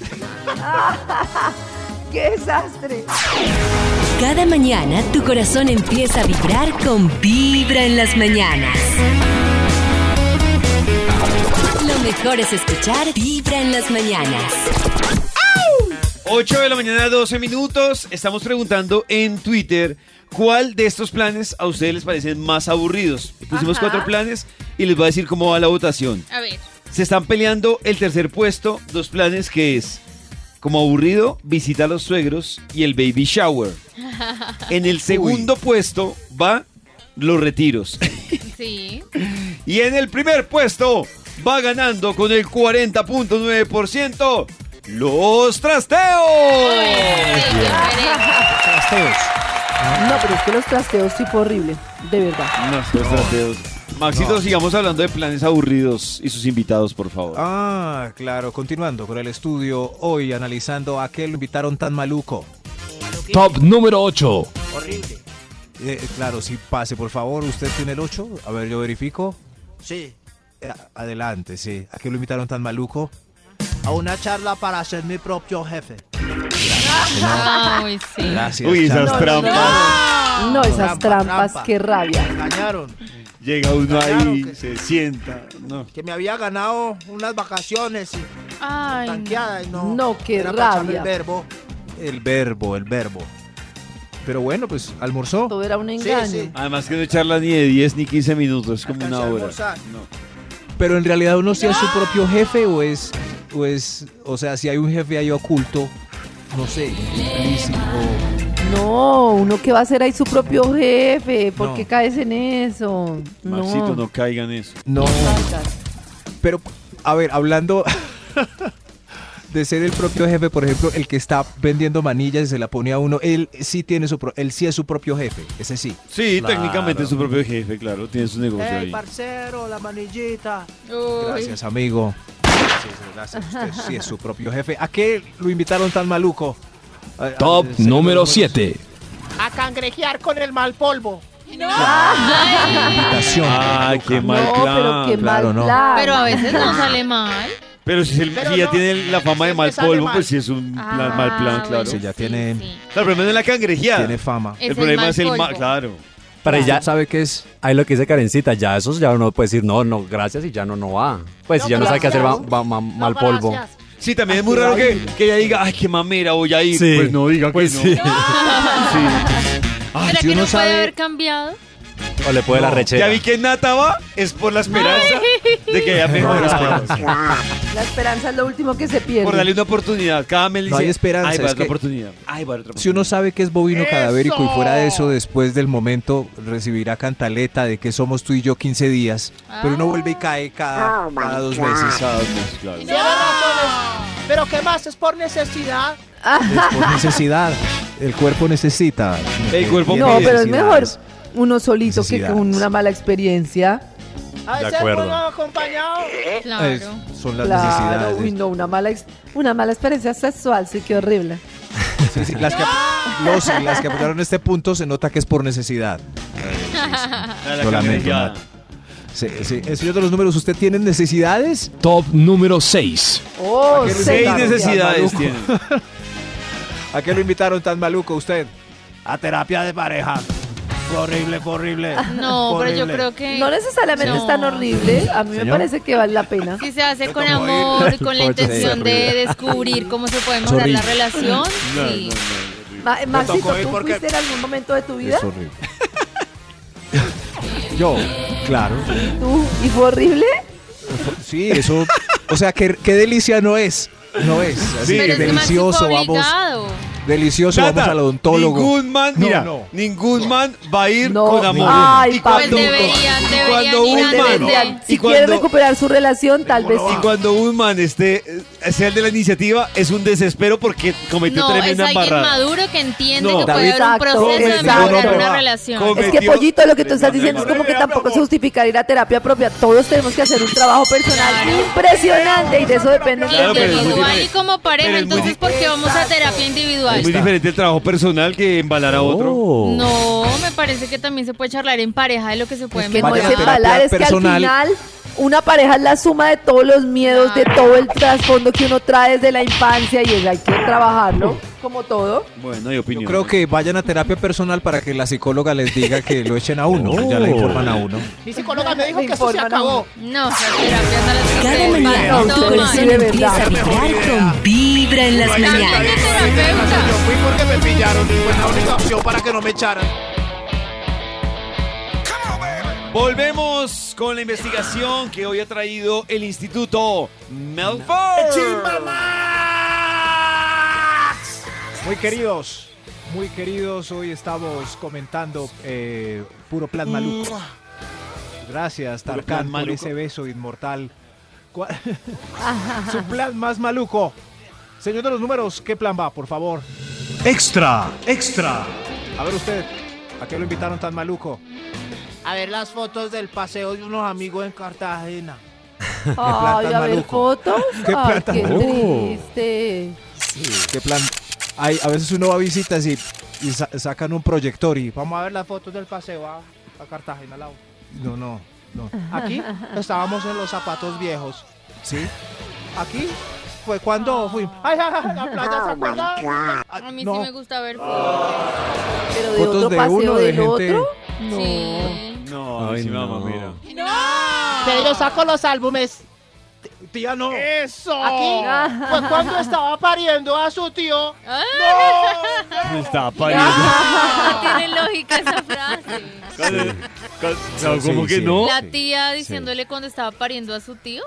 Speaker 3: ¡Qué desastre!
Speaker 1: Cada mañana tu corazón empieza a vibrar con Vibra en las mañanas. Lo mejor es escuchar Vibra en las mañanas.
Speaker 2: 8 de la mañana, 12 minutos. Estamos preguntando en Twitter cuál de estos planes a ustedes les parecen más aburridos. Pusimos
Speaker 3: Ajá.
Speaker 2: cuatro planes y les voy a decir cómo va la votación.
Speaker 6: A ver.
Speaker 2: Se están peleando el tercer puesto, dos planes que es como aburrido, visita a los suegros y el baby shower. En el segundo puesto va los retiros.
Speaker 6: Sí.
Speaker 2: Y en el primer puesto va ganando con el 40.9% los Oh. trasteos.
Speaker 4: Trasteos.
Speaker 3: No, pero es que los trasteos tipo horrible, de verdad.
Speaker 2: No, los trasteos. Maxito, sigamos hablando de planes aburridos y sus invitados, por favor.
Speaker 4: Ah, claro, continuando con el estudio, hoy analizando a qué lo invitaron tan maluco.
Speaker 8: Top número 8.
Speaker 5: Horrible.
Speaker 4: Eh, claro, si pase, por favor, usted tiene el 8. A ver, yo verifico.
Speaker 5: Sí.
Speaker 4: Eh, adelante, sí. ¿A qué lo invitaron tan maluco?
Speaker 5: A una charla para ser mi propio jefe.
Speaker 6: Ay, sí.
Speaker 2: (laughs)
Speaker 4: Gracias.
Speaker 2: Uy, esas
Speaker 4: Charlie.
Speaker 2: trampas.
Speaker 3: No, esas
Speaker 5: Trampa,
Speaker 3: trampas,
Speaker 5: trampa.
Speaker 3: qué rabia.
Speaker 5: Engañaron.
Speaker 2: Llega uno
Speaker 5: Claro
Speaker 2: ahí,
Speaker 5: que-
Speaker 2: se sienta. No.
Speaker 5: Que me había ganado unas vacaciones y
Speaker 6: Ay, no.
Speaker 5: tanqueada y no.
Speaker 3: No, qué
Speaker 5: era para echarme
Speaker 3: rabia.
Speaker 5: el verbo.
Speaker 4: El verbo, el verbo. Pero bueno, pues almorzó.
Speaker 3: Todo era un
Speaker 5: Sí,
Speaker 3: engaño.
Speaker 5: sí.
Speaker 2: Además que no charla ni de 10 ni 15 minutos, es como
Speaker 5: Alcancé
Speaker 2: una
Speaker 5: a
Speaker 2: hora.
Speaker 5: almorzar.
Speaker 2: No.
Speaker 4: Pero en realidad uno sí es su propio jefe o es, o es, o sea, si hay un jefe ahí oculto, no sé, implícito.
Speaker 3: No, uno que va a ser ahí su propio jefe. ¿Por
Speaker 4: No.
Speaker 3: qué caes en eso?
Speaker 2: Maxito, no caigan eso.
Speaker 4: No. Pero, a ver, hablando (laughs) de ser el propio jefe, por ejemplo, el que está vendiendo manillas y se la pone a uno, él sí tiene su, pro- él sí es su propio jefe, ese sí.
Speaker 2: Sí,
Speaker 9: Claro.
Speaker 2: técnicamente es su propio jefe, claro, tiene su negocio
Speaker 6: Eh,
Speaker 5: Ey,
Speaker 2: ahí.
Speaker 5: parcero, la manillita.
Speaker 6: Uy.
Speaker 4: Gracias, amigo. Gracias, gracias. Usted sí es su propio jefe. ¿A qué lo invitaron tan maluco?
Speaker 8: Top número 7.
Speaker 5: A cangrejear con el mal polvo. ¡No!
Speaker 4: Invitación. Ah, qué mal
Speaker 5: No,
Speaker 4: plan.
Speaker 5: pero qué
Speaker 4: claro,
Speaker 5: mal
Speaker 4: no.
Speaker 5: plan.
Speaker 6: Pero a veces no sale mal.
Speaker 2: Pero si, es el-
Speaker 6: Pero
Speaker 2: si ya
Speaker 6: no,
Speaker 2: tiene la fama de
Speaker 6: siempre
Speaker 2: mal
Speaker 6: sale
Speaker 2: polvo,
Speaker 6: mal. Ah,
Speaker 2: pues sí es un plan- mal plan, claro.
Speaker 4: Si ya tiene.
Speaker 2: Claro, pero menos la cangrejeada. Tiene
Speaker 4: fama.
Speaker 6: Es
Speaker 2: El,
Speaker 6: el
Speaker 2: problema
Speaker 6: mal
Speaker 2: es el
Speaker 6: polvo.
Speaker 2: mal, claro.
Speaker 9: Pero ya sabe que es. Ahí lo que dice Karencita, ya esos ya uno puede decir no, no, gracias y ya no, no va. Pues si ya no sabe qué hacer, va, va- ma- mal polvo.
Speaker 2: Sí, también es muy raro que, que ella diga, ay, qué mamera, voy a ir.
Speaker 9: Sí.
Speaker 2: Pues no diga que
Speaker 9: Pues
Speaker 2: no.
Speaker 9: sí.
Speaker 2: Sí. Ay,
Speaker 6: ¿Será
Speaker 2: Ah, si
Speaker 6: que
Speaker 2: uno
Speaker 6: no
Speaker 2: sabe-
Speaker 6: puede haber cambiado?
Speaker 9: O le puede la
Speaker 2: No,
Speaker 9: rechera.
Speaker 2: Ya vi que Nata va, es por la esperanza de que haya (laughs) mejorado.
Speaker 3: La esperanza es lo último que se pierde.
Speaker 2: por darle una oportunidad. Cada mes le
Speaker 4: No hay
Speaker 2: dice,
Speaker 4: esperanza,
Speaker 2: Ay, va
Speaker 4: es
Speaker 2: otra
Speaker 4: que-
Speaker 2: oportunidad. Ay, va otra oportunidad.
Speaker 4: Si uno sabe que es bovino cadavérico y fuera de eso, después del momento recibirá cantaleta de que somos tú y yo 15 días. Pero uno vuelve y cae
Speaker 3: Ah,
Speaker 4: cada, cada dos meses.
Speaker 2: Cada dos meses, pues, claro.
Speaker 5: Tiene razones. Pero ¿qué más? Es por necesidad.
Speaker 4: Es por necesidad. El cuerpo necesita.
Speaker 2: El cuerpo
Speaker 3: No, pero es mejor
Speaker 4: Necesidades.
Speaker 3: uno solito que con
Speaker 4: Necesidades.
Speaker 3: una mala experiencia.
Speaker 5: A veces
Speaker 9: acuerdo.
Speaker 5: uno acompañado.
Speaker 4: Es- son las
Speaker 3: Claro,
Speaker 4: necesidades.
Speaker 3: uy, no, una mala, ex- una mala experiencia sexual, sí, qué horrible.
Speaker 4: Sí, sí,
Speaker 3: (laughs)
Speaker 4: las, que, los y las que apuntaron este punto se nota que es por necesidad.
Speaker 2: La
Speaker 4: Lo lamento,
Speaker 2: cangrejeada.
Speaker 4: Nata. Sí, sí. El señor de los números, ¿usted tiene necesidades?
Speaker 8: Top número 6.
Speaker 3: Oh,
Speaker 4: ¿A qué le
Speaker 3: sí.
Speaker 2: Seis
Speaker 4: invitaron tan
Speaker 2: necesidades
Speaker 4: maluco?
Speaker 2: tiene.
Speaker 4: ¿A qué lo invitaron tan maluco usted?
Speaker 5: A terapia de pareja. Fue horrible, fue horrible.
Speaker 6: No, pero yo
Speaker 5: Horrible.
Speaker 6: creo que.
Speaker 3: No necesariamente
Speaker 6: No.
Speaker 3: es tan horrible, a mí me
Speaker 4: Señor.
Speaker 3: parece que vale la pena.
Speaker 6: Si se hace con amor, y con la
Speaker 9: Ocho,
Speaker 6: intención
Speaker 9: sí.
Speaker 6: de descubrir cómo se puede mejorar la relación, sí.
Speaker 3: Ma- Maxito,
Speaker 5: ir
Speaker 3: ¿tú
Speaker 5: porque-
Speaker 3: fuiste en algún momento de tu vida?
Speaker 4: Es horrible. (laughs) Yo, claro.
Speaker 3: ¿Tú? ¿Y fue horrible?
Speaker 4: Sí, eso. O sea, qué, qué delicia no es. No es. Así
Speaker 2: Sí,
Speaker 4: que
Speaker 6: pero es que Maxi fue
Speaker 4: delicioso, vamos.
Speaker 6: obligado.
Speaker 4: Delicioso, vamos
Speaker 2: Nata,
Speaker 4: al odontólogo.
Speaker 2: Ningún man,
Speaker 4: No,
Speaker 2: mira,
Speaker 4: no.
Speaker 2: ningún man va a ir
Speaker 3: No.
Speaker 2: con amor.
Speaker 3: Ay,
Speaker 2: y cuando,
Speaker 6: Pues deberían,
Speaker 2: y
Speaker 6: deberían
Speaker 2: cuando
Speaker 6: ir
Speaker 2: un
Speaker 6: antes
Speaker 2: man,
Speaker 6: de-
Speaker 3: Deberían.
Speaker 2: y
Speaker 3: Si quieren
Speaker 2: cuando,
Speaker 3: recuperar su relación, tal vez sí.
Speaker 2: y cuando un man esté eh, sea el de la iniciativa es un desespero porque cometió
Speaker 6: No, es
Speaker 2: tremenda
Speaker 6: alguien
Speaker 2: embarrada.
Speaker 6: maduro que entiende
Speaker 2: No,
Speaker 6: que puede
Speaker 3: David,
Speaker 6: haber un
Speaker 3: exacto,
Speaker 6: proceso de
Speaker 3: exacto.
Speaker 6: mejorar
Speaker 3: No,
Speaker 6: una
Speaker 3: no,
Speaker 6: relación.
Speaker 2: Come-
Speaker 3: Es que
Speaker 2: Metió-
Speaker 3: pollito, lo que tú estás
Speaker 2: Tremenda
Speaker 3: diciendo es como que
Speaker 5: embarrada.
Speaker 3: tampoco se justifica ir a terapia propia. Todos tenemos que hacer un trabajo personal impresionante y de eso depende.
Speaker 2: Claro, pero es muy
Speaker 6: individual y
Speaker 2: diferente.
Speaker 6: como
Speaker 2: Pero
Speaker 6: pareja,
Speaker 2: es muy
Speaker 6: entonces, ¿por qué vamos a terapia
Speaker 2: Es muy
Speaker 6: individual?
Speaker 2: diferente el trabajo personal que embalar a otro.
Speaker 9: Oh.
Speaker 6: No, me parece que también se puede charlar en pareja de lo que se puede
Speaker 3: Es que no
Speaker 4: Vaya
Speaker 3: es
Speaker 4: a terapia
Speaker 3: embalar, es que al
Speaker 4: personal.
Speaker 3: final una pareja es la suma de todos los miedos, de todo el trasfondo que uno trae desde la infancia y eso hay que trabajarlo, como todo.
Speaker 2: Bueno, hay opinión.
Speaker 4: Yo creo que vayan a terapia personal para que la psicóloga les diga que lo echen a uno. Ya le informan a uno.
Speaker 5: Mi psicóloga me dijo
Speaker 3: Me
Speaker 5: que esto se
Speaker 3: informan,
Speaker 5: acabó.
Speaker 6: No, las terapias a las que
Speaker 1: Cada
Speaker 6: se
Speaker 1: mañana
Speaker 6: van
Speaker 1: tu
Speaker 6: toman.
Speaker 1: corazón
Speaker 3: de
Speaker 1: empieza a
Speaker 3: verdad.
Speaker 1: vibrar con Vibra en las mañanas.
Speaker 6: Cambia terapeuta.
Speaker 5: Yo fui porque me pillaron y fue la única opción para que no me echaran.
Speaker 2: Volvemos con la investigación que hoy ha traído el Instituto
Speaker 5: ¡Chimba
Speaker 2: Melford.
Speaker 5: Max!
Speaker 4: Muy queridos, muy queridos, hoy estamos comentando eh, Puro Plan Maluco. Gracias,
Speaker 2: Mm. Puro
Speaker 4: Tarkan,
Speaker 2: plan
Speaker 4: por
Speaker 2: maluco.
Speaker 4: ese beso inmortal.
Speaker 3: (laughs)
Speaker 4: ¿Cuál- Su plan más maluco. Señor de los números, ¿qué plan va, por favor?
Speaker 7: Extra, extra,
Speaker 4: A ver usted, ¿a qué lo invitaron tan maluco?
Speaker 5: A ver las fotos del paseo de unos amigos en Cartagena.
Speaker 3: Ay, a ver
Speaker 4: maluco.
Speaker 3: fotos.
Speaker 4: (laughs) Qué
Speaker 3: Ay,
Speaker 4: plata
Speaker 3: qué
Speaker 9: maluco.
Speaker 3: triste.
Speaker 4: ¿Qué plan? Ay, a veces uno va a visitas y, y sa- sacan un proyector y vamos
Speaker 5: Vamos a ver las fotos del paseo a, a Cartagena. Lau.
Speaker 4: a- No, no, no.
Speaker 5: Aquí estábamos en los zapatos viejos. ¿Sí? Aquí fue
Speaker 3: Ah,
Speaker 5: cuando fui. ¡Ay, ay, ay! La playa se acuerda.
Speaker 6: A mí sí
Speaker 4: No.
Speaker 6: me gusta ver fotos.
Speaker 3: Pero de
Speaker 4: Fotos
Speaker 3: otro
Speaker 4: de
Speaker 3: paseo
Speaker 4: uno, de
Speaker 3: del
Speaker 4: gente.
Speaker 3: otro. No.
Speaker 6: Sí.
Speaker 2: No,
Speaker 9: Ay,
Speaker 2: sí, mamá,
Speaker 9: no.
Speaker 2: mira.
Speaker 5: Pero yo saco los álbumes. Tía, no.
Speaker 10: Eso.
Speaker 5: Aquí fue cuando estaba pariendo a su tío.
Speaker 6: Ah,
Speaker 2: Me está pariendo.
Speaker 6: no tiene lógica esa frase.
Speaker 2: No,
Speaker 4: Sí,
Speaker 2: ¿Cómo
Speaker 4: sí,
Speaker 2: que
Speaker 4: sí.
Speaker 2: no?
Speaker 6: La tía diciéndole cuando estaba pariendo a su tío.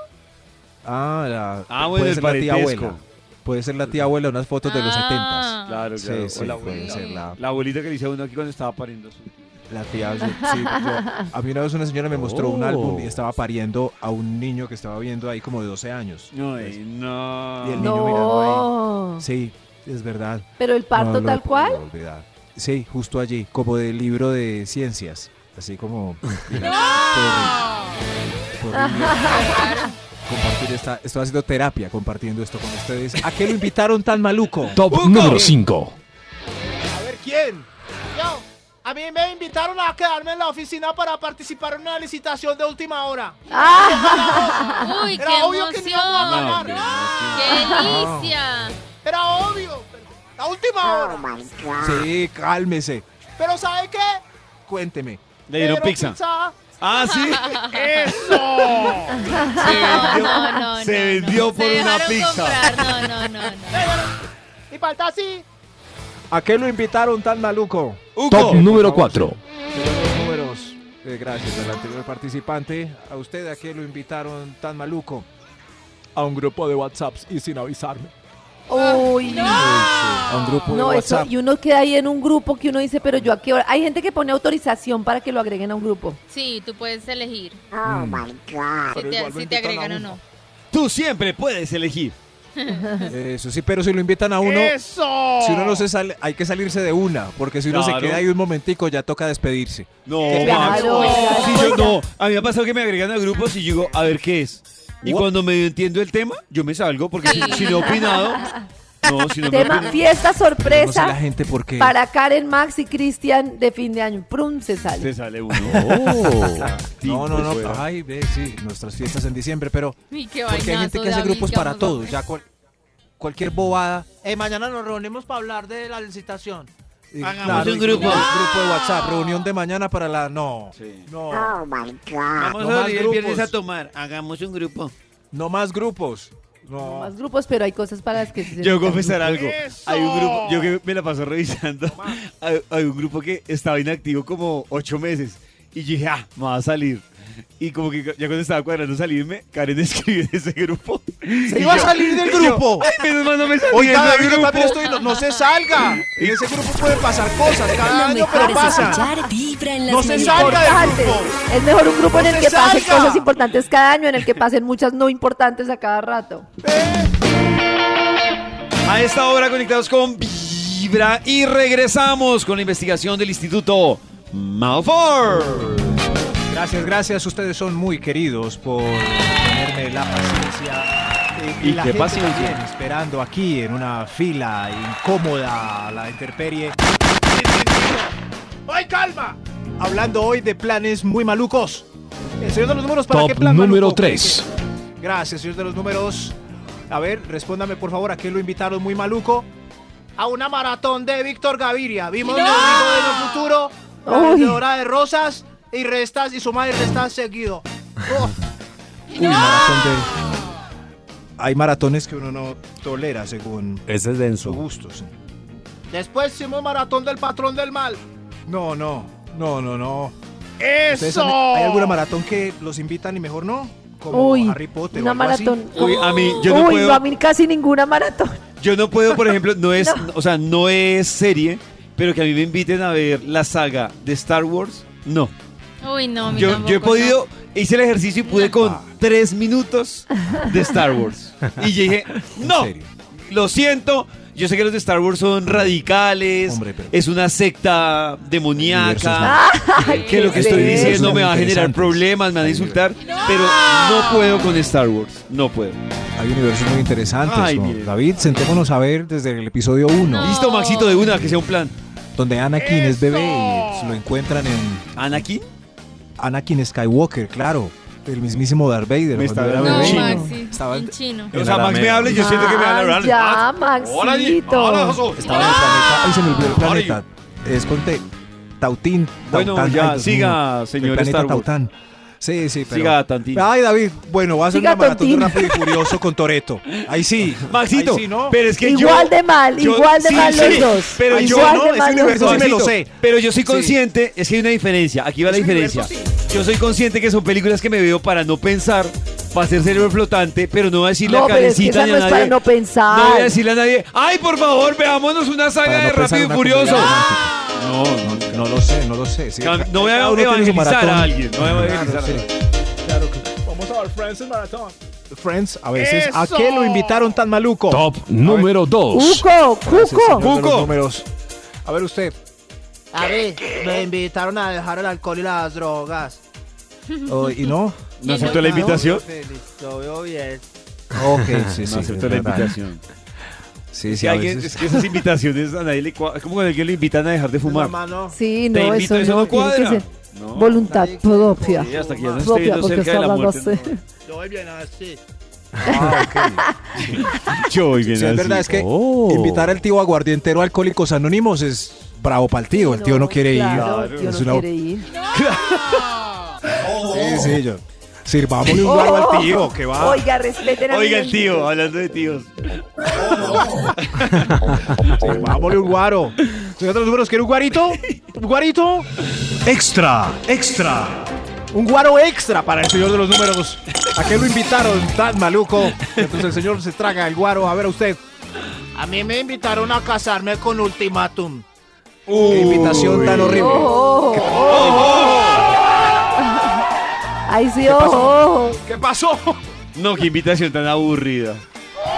Speaker 4: Ah, la,
Speaker 2: Ah, bueno,
Speaker 4: puede
Speaker 2: el
Speaker 4: ser la tía
Speaker 2: parentesco.
Speaker 4: abuela. Puede ser la tía abuela, unas fotos de los
Speaker 6: Ah.
Speaker 4: setentas.
Speaker 2: Claro,
Speaker 4: Sí,
Speaker 2: claro.
Speaker 4: sí,
Speaker 2: Hola,
Speaker 4: puede
Speaker 2: abuela.
Speaker 4: ser la,
Speaker 2: La abuelita que le hice a uno aquí cuando estaba pariendo. su-
Speaker 4: la tía. sí, sí, yo- a mí una vez una señora me mostró un
Speaker 9: Oh.
Speaker 4: álbum y estaba pariendo a un niño que estaba viendo ahí como de 12 años.
Speaker 2: Ay, no.
Speaker 4: Y el niño mirando
Speaker 3: No.
Speaker 2: eh.
Speaker 4: Sí, es verdad.
Speaker 3: Pero el
Speaker 4: No
Speaker 3: parto
Speaker 4: lo he
Speaker 3: tal cual.
Speaker 4: podido olvidar. Sí, justo allí, como del libro de
Speaker 3: (laughs) (laughs)
Speaker 4: ciencias. Así como... ¡No! compartir esta. Estoy haciendo terapia compartiendo esto con ustedes. ¿A qué lo invitaron tan maluco?
Speaker 8: Top número 5.
Speaker 5: A ver, ¿quién? Yo. A mí me invitaron a quedarme en la oficina para participar en una licitación de última hora.
Speaker 6: Ah. Uy,
Speaker 5: Era
Speaker 6: qué
Speaker 5: obvio que no íbamos a
Speaker 6: emoción.
Speaker 5: ganar.
Speaker 6: ¡Qué delicia!
Speaker 5: (laughs) Era obvio. La última hora.
Speaker 4: Sí, cálmese.
Speaker 5: Pero ¿sabe qué?
Speaker 4: Cuénteme.
Speaker 2: Le dieron pizza. Ah, sí.
Speaker 6: No, no, no.
Speaker 2: Se
Speaker 6: no,
Speaker 2: vendió
Speaker 6: no.
Speaker 2: por
Speaker 6: Se
Speaker 2: una
Speaker 6: dejaron
Speaker 2: pizza.
Speaker 6: comprar. No, no, no, no.
Speaker 5: Y falta así.
Speaker 4: ¿A qué lo invitaron tan maluco?
Speaker 8: Top número 4.
Speaker 4: Los números. eh, gracias al anterior participante. ¿A usted a qué lo invitaron tan maluco? A un grupo de WhatsApps y sin avisarme.
Speaker 3: Uy.
Speaker 4: Ah, A un grupo
Speaker 3: No,
Speaker 4: de
Speaker 3: eso,
Speaker 4: WhatsApp.
Speaker 3: y uno queda ahí en un grupo que uno dice, pero yo a qué hora. Hay gente que pone autorización para que lo agreguen a un grupo.
Speaker 6: Sí, tú puedes elegir Mm. si
Speaker 4: Pero igual
Speaker 6: te, si
Speaker 4: lo
Speaker 6: te
Speaker 4: invitan a
Speaker 6: agregan o
Speaker 4: uno.
Speaker 6: no.
Speaker 2: Tú siempre puedes elegir.
Speaker 4: Eso sí, pero si lo invitan a uno,
Speaker 5: ¡Eso!
Speaker 4: si uno no se sale, hay que salirse de una, porque si uno
Speaker 2: Claro.
Speaker 4: se queda ahí un momentico ya toca despedirse.
Speaker 2: No, Max.
Speaker 3: Claro, claro.
Speaker 2: Sí, yo no. A mí me ha pasado que me agregan a grupos y digo, a ver qué es. Y
Speaker 4: What?
Speaker 2: cuando medio entiendo el tema, yo me salgo porque si,
Speaker 6: Sí.
Speaker 2: si no he
Speaker 3: (laughs)
Speaker 2: opinado. No, si no me
Speaker 3: Tema
Speaker 2: opinado.
Speaker 4: Yo No
Speaker 3: fiesta
Speaker 4: sé
Speaker 3: sorpresa
Speaker 4: la gente por qué.
Speaker 3: para Karen, Max y Cristian de fin de año. Prum, se sale.
Speaker 2: Se sale uno. (laughs)
Speaker 4: No, no, no. Ay, ve, sí, pues, nuestras fiestas en diciembre, pero
Speaker 6: Y qué
Speaker 4: porque hay gente
Speaker 6: vainazo,
Speaker 4: que hace
Speaker 6: David,
Speaker 4: grupos
Speaker 6: qué
Speaker 4: para
Speaker 6: horror.
Speaker 4: todos, ya cual- cualquier bobada.
Speaker 5: Eh, mañana nos reunimos para hablar de la licitación.
Speaker 4: eh,
Speaker 7: Hagamos
Speaker 4: claro,
Speaker 2: un
Speaker 4: y-
Speaker 2: grupo.
Speaker 4: un grupo de WhatsApp, reunión de mañana para la no. No,
Speaker 7: Vamos
Speaker 4: No más grupos.
Speaker 7: tomar. Hagamos un grupo.
Speaker 4: no más grupos. No.
Speaker 3: Más grupos, pero hay cosas para las que se
Speaker 2: Yo voy a confesar algo. Hay un grupo, yo que me la paso revisando, hay, hay un grupo que estaba inactivo como ocho meses. Y yo dije, ah, me va a salir. Y como que ya cuando estaba cuadrando salirme, Karen (laughs) escribió en ese grupo.
Speaker 5: ¡Se iba a salir del grupo!
Speaker 2: Ay, menos mal no me salí
Speaker 5: Oiga,
Speaker 2: de ese
Speaker 5: David, yo
Speaker 2: grupo.
Speaker 5: también estoy. No, no se salga. En ese grupo pueden pasar cosas
Speaker 4: Ah,
Speaker 5: cada
Speaker 1: Lo
Speaker 5: año,
Speaker 1: mejor
Speaker 5: pero
Speaker 1: es
Speaker 5: pasa.
Speaker 1: escuchar Vibra en las
Speaker 5: No se
Speaker 1: mañanas.
Speaker 5: salga del
Speaker 3: Importantes.
Speaker 5: grupo.
Speaker 3: Es mejor un grupo en
Speaker 5: ¡No
Speaker 3: el
Speaker 5: se
Speaker 3: que pasen
Speaker 5: salga!
Speaker 3: cosas importantes cada año, en el que pasen muchas no importantes a cada rato.
Speaker 2: A esta hora conectados con Vibra y regresamos con la investigación del Instituto Malfour.
Speaker 4: Gracias, gracias. Ustedes son muy queridos por tenerme la paciencia. eh,
Speaker 2: ¿Y
Speaker 4: la
Speaker 2: qué
Speaker 4: gente
Speaker 2: paciencia?
Speaker 4: también esperando aquí en una fila incómoda a la intemperie.
Speaker 5: ¡Ay, calma!
Speaker 4: Hablando hoy de planes muy malucos. El señor de los números, ¿para qué
Speaker 8: Top
Speaker 4: plan
Speaker 8: número
Speaker 4: maluco?
Speaker 8: 3.
Speaker 4: Gracias, señor de los números. A ver, respóndame por favor, ¿a qué lo invitaron muy maluco?
Speaker 5: A una maratón de Víctor Gaviria. Vimos los hijos de lo futuro, la
Speaker 3: Uy.
Speaker 5: vendedora de rosas y restas y suma y
Speaker 3: (laughs)
Speaker 5: restas seguido. Oh,
Speaker 4: Uy, maratón de... Hay maratones que uno no tolera según
Speaker 9: Ese es
Speaker 4: sus
Speaker 9: denso.
Speaker 4: gustos.
Speaker 5: después hicimos maratón del patrón del mal.
Speaker 4: No, no, no, no, no. ¿Ustedes
Speaker 5: ¡Eso!
Speaker 4: han- ¿Hay alguna maratón que los invitan y mejor no? Como
Speaker 3: Uy,
Speaker 4: Harry Potter o
Speaker 3: una
Speaker 4: algo así.
Speaker 3: maratón.
Speaker 2: Uy, a mí, yo no
Speaker 3: Uy,
Speaker 2: puedo.
Speaker 3: a mí casi ninguna maratón.
Speaker 2: Yo no puedo, por ejemplo, (laughs) no es, o sea, no es serie, pero que a mí me inviten a ver la saga de Star Wars, no.
Speaker 6: Uy, no, mi
Speaker 2: Yo,
Speaker 6: tampoco,
Speaker 2: yo he
Speaker 6: no.
Speaker 2: podido, hice el ejercicio y pude con
Speaker 4: Ah.
Speaker 2: tres minutos de (laughs) Star Wars. Y yo dije, no,
Speaker 4: serio?
Speaker 2: lo siento. Yo sé que los de Star Wars son radicales,
Speaker 4: Hombre, pero-
Speaker 2: es una secta demoníaca,
Speaker 4: Universos
Speaker 2: que lo que estoy
Speaker 4: Universos
Speaker 2: diciendo me va a
Speaker 4: muy
Speaker 2: generar
Speaker 4: interesantes.
Speaker 2: problemas, me van a insultar, pero no puedo con Star Wars, no puedo.
Speaker 4: Hay universos muy interesantes.
Speaker 2: Ay,
Speaker 4: ¿no?
Speaker 2: mire.
Speaker 4: David, sentémonos a ver desde el episodio 1,
Speaker 6: No.
Speaker 2: Listo, Maxito, de una, que sea un plan.
Speaker 4: donde Anakin es bebé y lo encuentran en
Speaker 2: ¿Anakin?
Speaker 4: Anakin Skywalker, claro. El mismísimo Darth Vader. cuando
Speaker 2: Me está
Speaker 4: era
Speaker 2: hablando
Speaker 6: No,
Speaker 4: bebé.
Speaker 2: chino.
Speaker 6: Maxi,
Speaker 4: Estaba-
Speaker 6: en chino.
Speaker 2: O sea, Max me
Speaker 9: Alameda.
Speaker 2: habla y yo siento que me van a hablar. Ah,
Speaker 3: Max, ya,
Speaker 2: Hola, Ni-
Speaker 3: Maxito.
Speaker 2: hola, Jesús.
Speaker 4: Estaba en el planeta. Ay, se me olvidó el planeta. Es con T- Tautín.
Speaker 2: Bueno,
Speaker 4: Taután,
Speaker 2: ya,
Speaker 4: ay, Dios
Speaker 2: siga,
Speaker 4: mío.
Speaker 2: señor
Speaker 4: El planeta
Speaker 2: Star Wars.
Speaker 4: Taután. Sí, sí, pero.
Speaker 2: Siga, Tantín.
Speaker 4: Ay, David, bueno, va a hacer
Speaker 3: Siga,
Speaker 4: una maratón de
Speaker 3: Tontín.
Speaker 4: rápido y furioso con Toreto. Ahí sí.
Speaker 2: Maxito,
Speaker 4: Ahí sí, ¿no?
Speaker 2: pero es que yo-
Speaker 3: Igual de mal,
Speaker 2: yo-
Speaker 3: igual de
Speaker 2: sí,
Speaker 3: mal
Speaker 2: sí,
Speaker 3: los dos.
Speaker 2: pero
Speaker 3: igual
Speaker 2: yo
Speaker 4: no,
Speaker 3: de
Speaker 4: ese
Speaker 3: mal los
Speaker 4: universo
Speaker 3: dos.
Speaker 4: sí me lo
Speaker 2: Maxito,
Speaker 4: sé.
Speaker 2: Pero yo soy
Speaker 4: Sí.
Speaker 2: consciente, es que hay una diferencia. Aquí va la
Speaker 4: Es un
Speaker 2: diferencia. Yo soy consciente que son películas que me veo para no pensar, para hacer cerebro flotante, pero no voy a decirle
Speaker 3: No,
Speaker 2: a
Speaker 3: pero es que
Speaker 2: Karencita
Speaker 3: esa
Speaker 2: ni
Speaker 3: no
Speaker 2: a
Speaker 3: es
Speaker 2: nadie.
Speaker 3: para no pensar.
Speaker 2: No voy a decirle a nadie, ay, por favor, veámonos una saga
Speaker 4: Para
Speaker 2: de
Speaker 4: no pensar
Speaker 2: Rápido y
Speaker 4: una
Speaker 2: Furioso. Ah.
Speaker 4: comedia Ah,
Speaker 2: No, no,
Speaker 4: romántica. No lo sé, no lo sé. sí.
Speaker 2: Cam- no voy a
Speaker 4: Cada uno tiene su
Speaker 2: evangelizar
Speaker 4: maratón.
Speaker 2: a alguien, no voy a
Speaker 4: Claro,
Speaker 2: evangelizar a
Speaker 4: sí. Claro que-
Speaker 5: Vamos a ver Friends en maratón.
Speaker 4: Friends, a veces. ¿A
Speaker 5: ¡Eso!
Speaker 4: qué lo invitaron tan maluco?
Speaker 8: Top número 2.
Speaker 3: Cuco,
Speaker 4: Cuco.
Speaker 3: Cuco.
Speaker 2: Cuco.
Speaker 4: números. A ver usted.
Speaker 5: A ver, me invitaron a dejar el alcohol y las drogas.
Speaker 4: Oh, ¿Y no?
Speaker 2: ¿No aceptó la invitación?
Speaker 11: Lo veo bien.
Speaker 4: Ok, sí, sí.
Speaker 2: (laughs) No aceptó
Speaker 4: es
Speaker 2: la
Speaker 4: verdad.
Speaker 2: invitación.
Speaker 4: Sí,
Speaker 2: Es
Speaker 4: sí,
Speaker 2: que,
Speaker 4: a
Speaker 2: alguien-
Speaker 4: veces-
Speaker 2: es que esas invitaciones a nadie le cua- Es como cuando a alguien le invitan a dejar de fumar.
Speaker 3: Sí,
Speaker 2: Te
Speaker 3: no,
Speaker 2: invito,
Speaker 3: eso,
Speaker 2: eso
Speaker 3: no
Speaker 2: no
Speaker 3: tiene que
Speaker 2: cuadra.
Speaker 3: ser voluntad propia.
Speaker 2: Y hasta que ya no esté
Speaker 3: propia,
Speaker 2: viendo
Speaker 3: porque
Speaker 2: cerca de
Speaker 3: está
Speaker 2: la
Speaker 4: (laughs)
Speaker 2: muerte.
Speaker 3: hablando así.
Speaker 11: Yo voy bien así.
Speaker 2: Yo
Speaker 4: Sí, es verdad, es que
Speaker 2: oh.
Speaker 4: invitar al tío aguardientero a Alcohólicos Anónimos es bravo para el tío. El tío no quiere
Speaker 3: Claro,
Speaker 4: ir.
Speaker 3: el tío
Speaker 4: Es
Speaker 3: no
Speaker 4: una-
Speaker 3: quiere ir.
Speaker 4: Sí, sí, yo. Sirvámosle
Speaker 3: Oh,
Speaker 4: un guaro al tío, que va.
Speaker 3: Oiga, respeten a mi
Speaker 2: Oiga, el tío,
Speaker 3: bendito.
Speaker 2: hablando de tíos. Ah,
Speaker 4: Sirvámosle un (laughs) guaro. Señor de los números, ¿quiere un guarito? ¿Un guarito? Extra, extra. Un guaro extra para el señor de los números. ¿A qué lo invitaron tan maluco? Entonces el señor se traga el guaro. A ver, a usted.
Speaker 10: A mí me invitaron a casarme con ultimátum.
Speaker 4: Qué invitación tan horrible.
Speaker 3: Ojo, ojo, Ay, sí, ojo.
Speaker 4: ¿Qué pasó?
Speaker 2: No, qué invitación tan aburrida.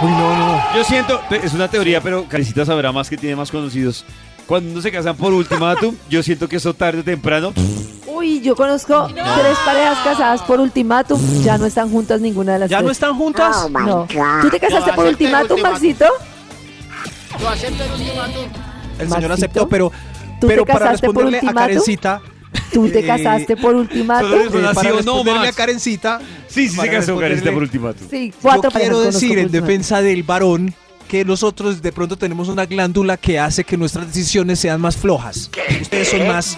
Speaker 4: Uy, no, no.
Speaker 2: Yo siento, te- es una teoría, pero Carecita sabrá más que tiene más conocidos. Cuando se casan por ultimátum, yo siento que eso tarde o temprano.
Speaker 3: Uy, yo conozco tres parejas casadas por ultimátum. Ya no están juntas ninguna de las tres.
Speaker 4: están juntas?
Speaker 3: No. ¿Tú te casaste
Speaker 10: No, acepté
Speaker 3: por
Speaker 10: el
Speaker 3: ultimátum,
Speaker 10: ultimátum.
Speaker 3: Maxito?
Speaker 10: Yo acepto el ultimátum.
Speaker 4: El señor
Speaker 3: Maxito,
Speaker 4: aceptó, pero,
Speaker 3: ¿tú
Speaker 4: pero
Speaker 3: te
Speaker 4: para
Speaker 3: casaste por
Speaker 4: responderle a
Speaker 3: ultimátum?
Speaker 4: Karencita.
Speaker 3: ¿Tú te
Speaker 4: Eh, (laughs)
Speaker 3: casaste por
Speaker 2: solo
Speaker 3: ultimátum?
Speaker 2: les- Son
Speaker 4: eh,
Speaker 2: así
Speaker 4: para
Speaker 2: o no,
Speaker 4: responderle a
Speaker 2: Max.
Speaker 4: Karencita.
Speaker 2: Sí, sí, se
Speaker 4: Para
Speaker 2: casó Carecita
Speaker 4: responderle-
Speaker 2: por ultimátum.
Speaker 3: Sí, cuatro
Speaker 4: Yo
Speaker 3: parejas
Speaker 4: quiero
Speaker 3: conozco
Speaker 4: decir
Speaker 3: por
Speaker 4: en
Speaker 3: ultimátum.
Speaker 4: defensa del varón que nosotros de pronto tenemos una glándula que hace que nuestras decisiones sean más flojas. Ustedes son más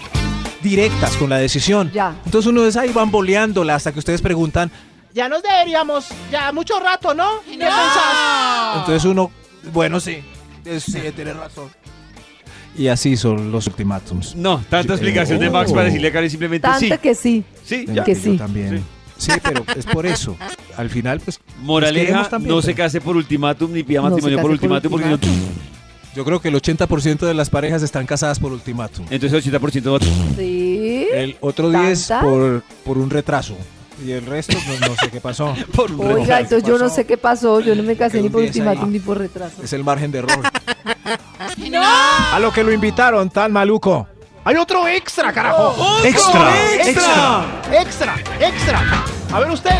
Speaker 4: directas con la decisión.
Speaker 3: Ya.
Speaker 4: Entonces uno es ahí bamboleándola hasta que ustedes preguntan.
Speaker 10: Ya nos deberíamos, ya mucho rato, ¿no? ¿Qué pensás?
Speaker 4: Entonces uno, bueno, sí, eh, sí, tienes razón. Y así son los ultimátums.
Speaker 2: No, tanta explicación de Max
Speaker 4: Oh.
Speaker 2: para decirle a Karen simplemente
Speaker 3: Tanto
Speaker 2: sí.
Speaker 3: que sí.
Speaker 2: Sí,
Speaker 4: Venga,
Speaker 2: ya.
Speaker 3: que
Speaker 4: yo
Speaker 3: sí.
Speaker 4: también. Sí. pero es por eso. Al final, pues. nos
Speaker 2: Moraleja,
Speaker 4: queremos también,
Speaker 2: no se
Speaker 4: pero
Speaker 2: case por ultimátum ni pida
Speaker 3: No se
Speaker 2: matrimonio por
Speaker 3: case por
Speaker 2: ultimátum porque no.
Speaker 4: Yo creo que el 80% de las parejas están casadas por ultimátum.
Speaker 2: Entonces el 80% va.
Speaker 3: Sí.
Speaker 4: El otro
Speaker 3: ¿Tanta?
Speaker 4: 10 por, por un retraso. Y el resto, no, no sé qué pasó.
Speaker 2: (laughs) Por un
Speaker 3: Oiga,
Speaker 2: rechazo.
Speaker 3: entonces yo no sé qué pasó. Yo no me casé
Speaker 4: Quedó
Speaker 3: ni
Speaker 4: un
Speaker 3: por
Speaker 4: diez ahí.
Speaker 3: ultimátum ni por retraso.
Speaker 4: Es el margen de
Speaker 3: (laughs)
Speaker 4: error. A lo que lo invitaron, tan maluco.
Speaker 5: Hay otro extra, carajo.
Speaker 4: Extra, extra.
Speaker 5: Extra, extra. A ver usted.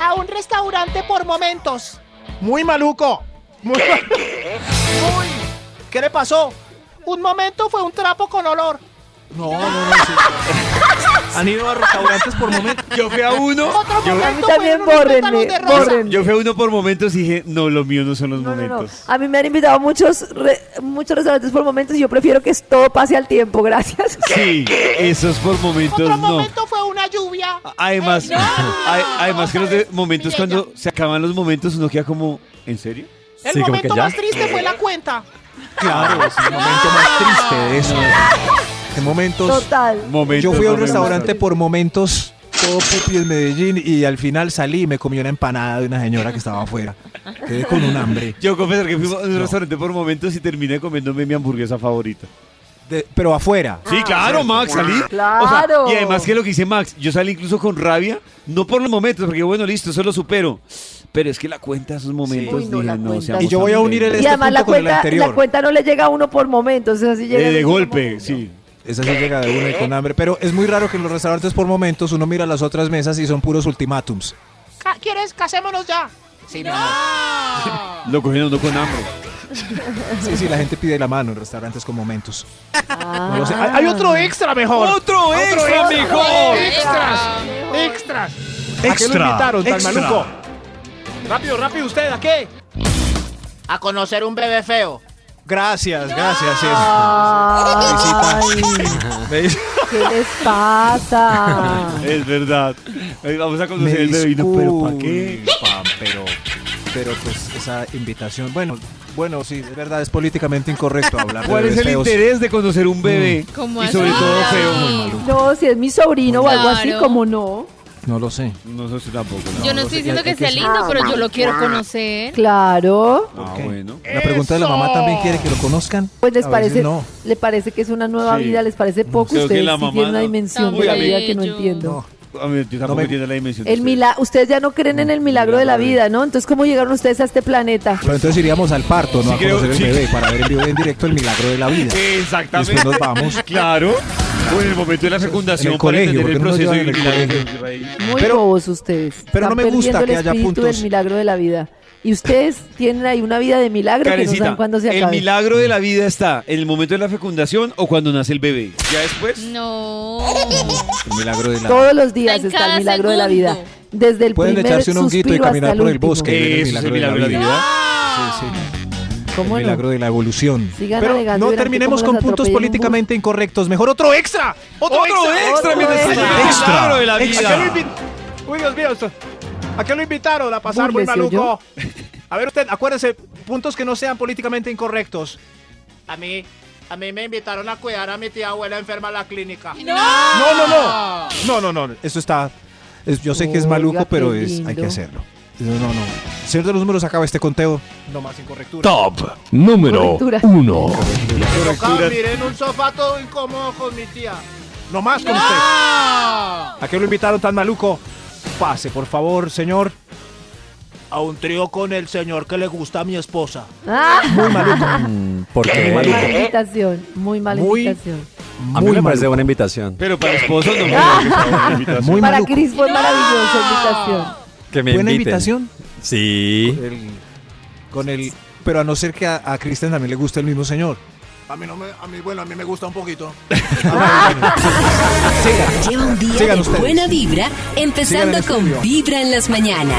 Speaker 5: A un restaurante por momentos. Muy maluco. Muy Muy. ¿Qué le pasó? Un momento fue un trapo con olor.
Speaker 4: No, no, no. sí. Han ido a restaurantes por momentos.
Speaker 2: Yo fui a
Speaker 3: (laughs)
Speaker 2: uno.
Speaker 5: Otro
Speaker 2: Yo,
Speaker 3: A mí
Speaker 5: momento
Speaker 3: también
Speaker 5: fueron unos pétalos
Speaker 3: bórrenme,
Speaker 5: de rosa.
Speaker 3: bórrenme.
Speaker 2: yo fui a uno por momentos y dije, no, lo mío no son los
Speaker 3: No, no, no.
Speaker 2: momentos.
Speaker 3: A mí me han invitado a muchos, re- muchos restaurantes por momentos y yo prefiero que todo pase al tiempo, gracias.
Speaker 2: Sí, esos por momentos
Speaker 5: Otro
Speaker 2: no.
Speaker 5: momento fue una lluvia.
Speaker 2: Además,
Speaker 5: Eh, no, no, no,
Speaker 2: hay-
Speaker 5: no,
Speaker 2: además que los de- momentos
Speaker 5: Mire,
Speaker 2: cuando se acaban los momentos uno queda como, ¿en serio?
Speaker 5: El
Speaker 9: Sí, como
Speaker 5: momento
Speaker 9: que ya.
Speaker 5: más triste fue la cuenta.
Speaker 4: Claro, es el momento más triste de
Speaker 3: (laughs)
Speaker 4: eso. De momentos.
Speaker 3: Total.
Speaker 2: Momentos,
Speaker 4: Yo fui a un
Speaker 2: momentos.
Speaker 4: restaurante por momentos, todo pupi en Medellín, y al final salí y me comí una empanada de una señora que estaba afuera. Quedé con un hambre.
Speaker 2: Yo confesar que fui a un
Speaker 4: No.
Speaker 2: restaurante por momentos y terminé comiéndome mi hamburguesa favorita.
Speaker 4: De- pero afuera.
Speaker 2: Sí, claro, Max, salí. O sea,
Speaker 3: Ah. Claro.
Speaker 2: y además que lo que dice Max, yo salí incluso con rabia, no por los momentos, porque bueno, listo, eso lo supero. Pero es que la cuenta de esos momentos,
Speaker 3: Uy, no, la
Speaker 2: dije, no,
Speaker 3: cuenta.
Speaker 2: seamos
Speaker 4: Y yo voy a
Speaker 2: tan
Speaker 4: unir el-
Speaker 2: lentos.
Speaker 3: Y
Speaker 4: este
Speaker 3: además
Speaker 4: punto
Speaker 3: la
Speaker 4: con el
Speaker 3: cuenta,
Speaker 4: anterior.
Speaker 3: la cuentas no le llega a uno por momentos, es así
Speaker 2: Eh,
Speaker 3: llega.
Speaker 2: de,
Speaker 3: en último
Speaker 2: golpe,
Speaker 3: momento.
Speaker 2: sí.
Speaker 4: Esa sí llega de una y con hambre. Pero es muy raro que en los restaurantes por momentos uno mira las otras mesas y son puros ultimátums.
Speaker 5: Ca- ¿Quieres? Casémonos ya. Sí, mi amor.
Speaker 2: Lo cogieron a uno con hambre.
Speaker 4: Sí, sí, la gente pide la mano en restaurantes con momentos.
Speaker 3: Ah.
Speaker 4: No lo sé.
Speaker 5: Hay, hay otro extra mejor.
Speaker 2: ¡Otro extra, mejor!
Speaker 5: Extras. Extras. ¿A qué lo invitaron tan maluco? Rápido, rápido usted, ¿a qué?
Speaker 10: A conocer un bebé feo.
Speaker 4: Gracias, gracias. sí.
Speaker 3: Ay,
Speaker 4: (laughs) Me dis-
Speaker 3: ¿qué les pasa?
Speaker 2: Es verdad. Eh, Vamos a
Speaker 4: me
Speaker 2: conocer el de vino, pero ¿para qué?
Speaker 4: disculpan, Pero,
Speaker 2: (laughs)
Speaker 4: pero pues esa invitación. Bueno, bueno, sí, es verdad, es políticamente incorrecto hablar de
Speaker 2: ¿Cuál es
Speaker 4: bebés
Speaker 2: el
Speaker 4: feos.
Speaker 2: interés de conocer un bebé?
Speaker 6: ¿Cómo
Speaker 2: y
Speaker 6: así,
Speaker 2: sobre todo
Speaker 6: David?
Speaker 2: feo.
Speaker 3: No, si es mi sobrino o algo así,
Speaker 6: Claro.
Speaker 3: como no.
Speaker 4: No lo sé.
Speaker 2: Mm, No sé si tampoco.
Speaker 6: Yo no estoy diciendo que sea lindo, pero yo lo quiero conocer.
Speaker 3: Claro.
Speaker 2: Ah,
Speaker 4: Ok.
Speaker 2: bueno.
Speaker 4: La pregunta de la mamá también quiere que lo conozcan.
Speaker 3: Pues les
Speaker 4: A veces
Speaker 3: parece,
Speaker 4: No.
Speaker 3: le parece que es una nueva
Speaker 2: Sí.
Speaker 3: vida, les parece poco.
Speaker 2: Creo que
Speaker 3: Ustedes
Speaker 2: la
Speaker 3: sí
Speaker 2: mamá
Speaker 3: tienen una
Speaker 2: no-
Speaker 3: dimensión
Speaker 6: Tan
Speaker 3: de la
Speaker 2: bello.
Speaker 3: vida que no entiendo.
Speaker 4: No.
Speaker 2: a mí, yo tampoco
Speaker 12: me-
Speaker 2: entiendo la dimensión. de
Speaker 3: El
Speaker 2: ustedes.
Speaker 3: mila ustedes ya no creen en el milagro de la vida, ¿no? Entonces, ¿cómo llegaron ustedes a este planeta?
Speaker 12: Pero entonces iríamos al parto, ¿no?
Speaker 2: Sí
Speaker 12: a
Speaker 2: creo-
Speaker 12: conocer el
Speaker 2: sí.
Speaker 12: bebé para ver en vivo y en directo el milagro de la vida.
Speaker 2: Exactamente.
Speaker 12: Después nos vamos.
Speaker 2: (laughs) Claro. O en el momento de la
Speaker 12: En
Speaker 2: fecundación
Speaker 12: el
Speaker 2: para
Speaker 12: colegio,
Speaker 2: entender el
Speaker 12: ¿por qué no
Speaker 2: proceso
Speaker 12: nos
Speaker 2: y el
Speaker 12: llevan en el
Speaker 2: milagro.
Speaker 3: Muy
Speaker 12: Pero-
Speaker 3: bobos ustedes.
Speaker 12: pero no
Speaker 3: Están
Speaker 12: me gusta
Speaker 3: perdiendo
Speaker 12: que
Speaker 3: el
Speaker 12: haya
Speaker 3: espíritu
Speaker 12: puntos.
Speaker 3: del milagro de la vida. Y ustedes tienen ahí una vida de milagro que no
Speaker 2: Karencita,
Speaker 3: saben cuándo se
Speaker 2: el
Speaker 3: acabe.
Speaker 2: milagro de la vida está en el momento de la fecundación o cuando nace el bebé. Ya después.
Speaker 6: No.
Speaker 12: El milagro de la
Speaker 3: Todos los días
Speaker 6: Está en
Speaker 3: está
Speaker 6: cada
Speaker 3: el milagro de la vida.
Speaker 6: segundo.
Speaker 3: Desde el
Speaker 12: Pueden
Speaker 3: primer
Speaker 12: echarse un honguito y
Speaker 3: suspiro hasta
Speaker 12: caminar por el
Speaker 3: último. ¡Ah!
Speaker 12: bosque. y ver
Speaker 2: Ese es el milagro de la vida.
Speaker 12: Sí, sí. El
Speaker 3: ¿Cómo no?
Speaker 12: milagro de la evolución.
Speaker 3: Sigan
Speaker 4: Pero
Speaker 3: alegando
Speaker 4: no
Speaker 3: durante
Speaker 4: terminemos
Speaker 3: cómo
Speaker 4: con
Speaker 3: los
Speaker 4: puntos
Speaker 3: atropella un bus.
Speaker 4: políticamente incorrectos. Mejor otro extra. Otro,
Speaker 3: extra,
Speaker 2: mi
Speaker 3: Otro
Speaker 2: desayuno.
Speaker 12: extra.
Speaker 2: Milagro de la
Speaker 4: ¿A qué lo
Speaker 2: vida.
Speaker 4: invi- Uy, Dios mío. esto- ¿A qué lo invitaron? A pasar muy
Speaker 3: Búrlese,
Speaker 4: maluco. A ver usted, acuérdese, puntos que no sean políticamente incorrectos.
Speaker 5: A mí, a mí me invitaron a cuidar a mi tía abuela enferma a la clínica.
Speaker 4: No, no, no. No, no, no. Eso está. es- yo sé que es
Speaker 3: Oiga,
Speaker 4: maluco,
Speaker 3: qué
Speaker 4: pero es, hay
Speaker 3: lindo.
Speaker 4: que hacerlo. No, no, no. Señor de los números, acaba este conteo. No más incorrectura.
Speaker 13: Top número
Speaker 3: Correctura.
Speaker 13: 1.
Speaker 5: Me tocaba dormir en un sofá todo incómodo con mi tía.
Speaker 4: No más con usted. ¿A qué lo invitaron tan maluco? Pase, por favor, señor.
Speaker 5: A un trío con el señor que le gusta a mi esposa.
Speaker 3: Ah,
Speaker 4: Muy maluco.
Speaker 9: ¿Por
Speaker 12: Eh,
Speaker 9: qué?
Speaker 4: Muy
Speaker 3: mala
Speaker 4: maluco.
Speaker 3: invitación, muy mala
Speaker 4: Muy-
Speaker 3: invitación.
Speaker 9: A mí
Speaker 4: Muy
Speaker 9: me parece
Speaker 4: maluco.
Speaker 9: buena invitación.
Speaker 2: Pero para esposos no me
Speaker 3: (laughs)
Speaker 12: Muy
Speaker 3: Para
Speaker 12: maluco.
Speaker 3: Cris fue maravillosa invitación.
Speaker 9: Que me
Speaker 12: Buena
Speaker 9: inviten.
Speaker 12: invitación.
Speaker 9: Sí.
Speaker 12: El- con el. Pero a no ser que a, a Cristian también le guste el mismo señor.
Speaker 5: A mí no me, a mí, bueno, a mí me gusta un poquito.
Speaker 1: Lleva un día
Speaker 12: Sigan
Speaker 1: de
Speaker 12: ustedes.
Speaker 1: buena vibra,
Speaker 12: Sigan
Speaker 1: empezando
Speaker 12: en
Speaker 1: con
Speaker 12: estudio.
Speaker 1: Vibra en las mañanas.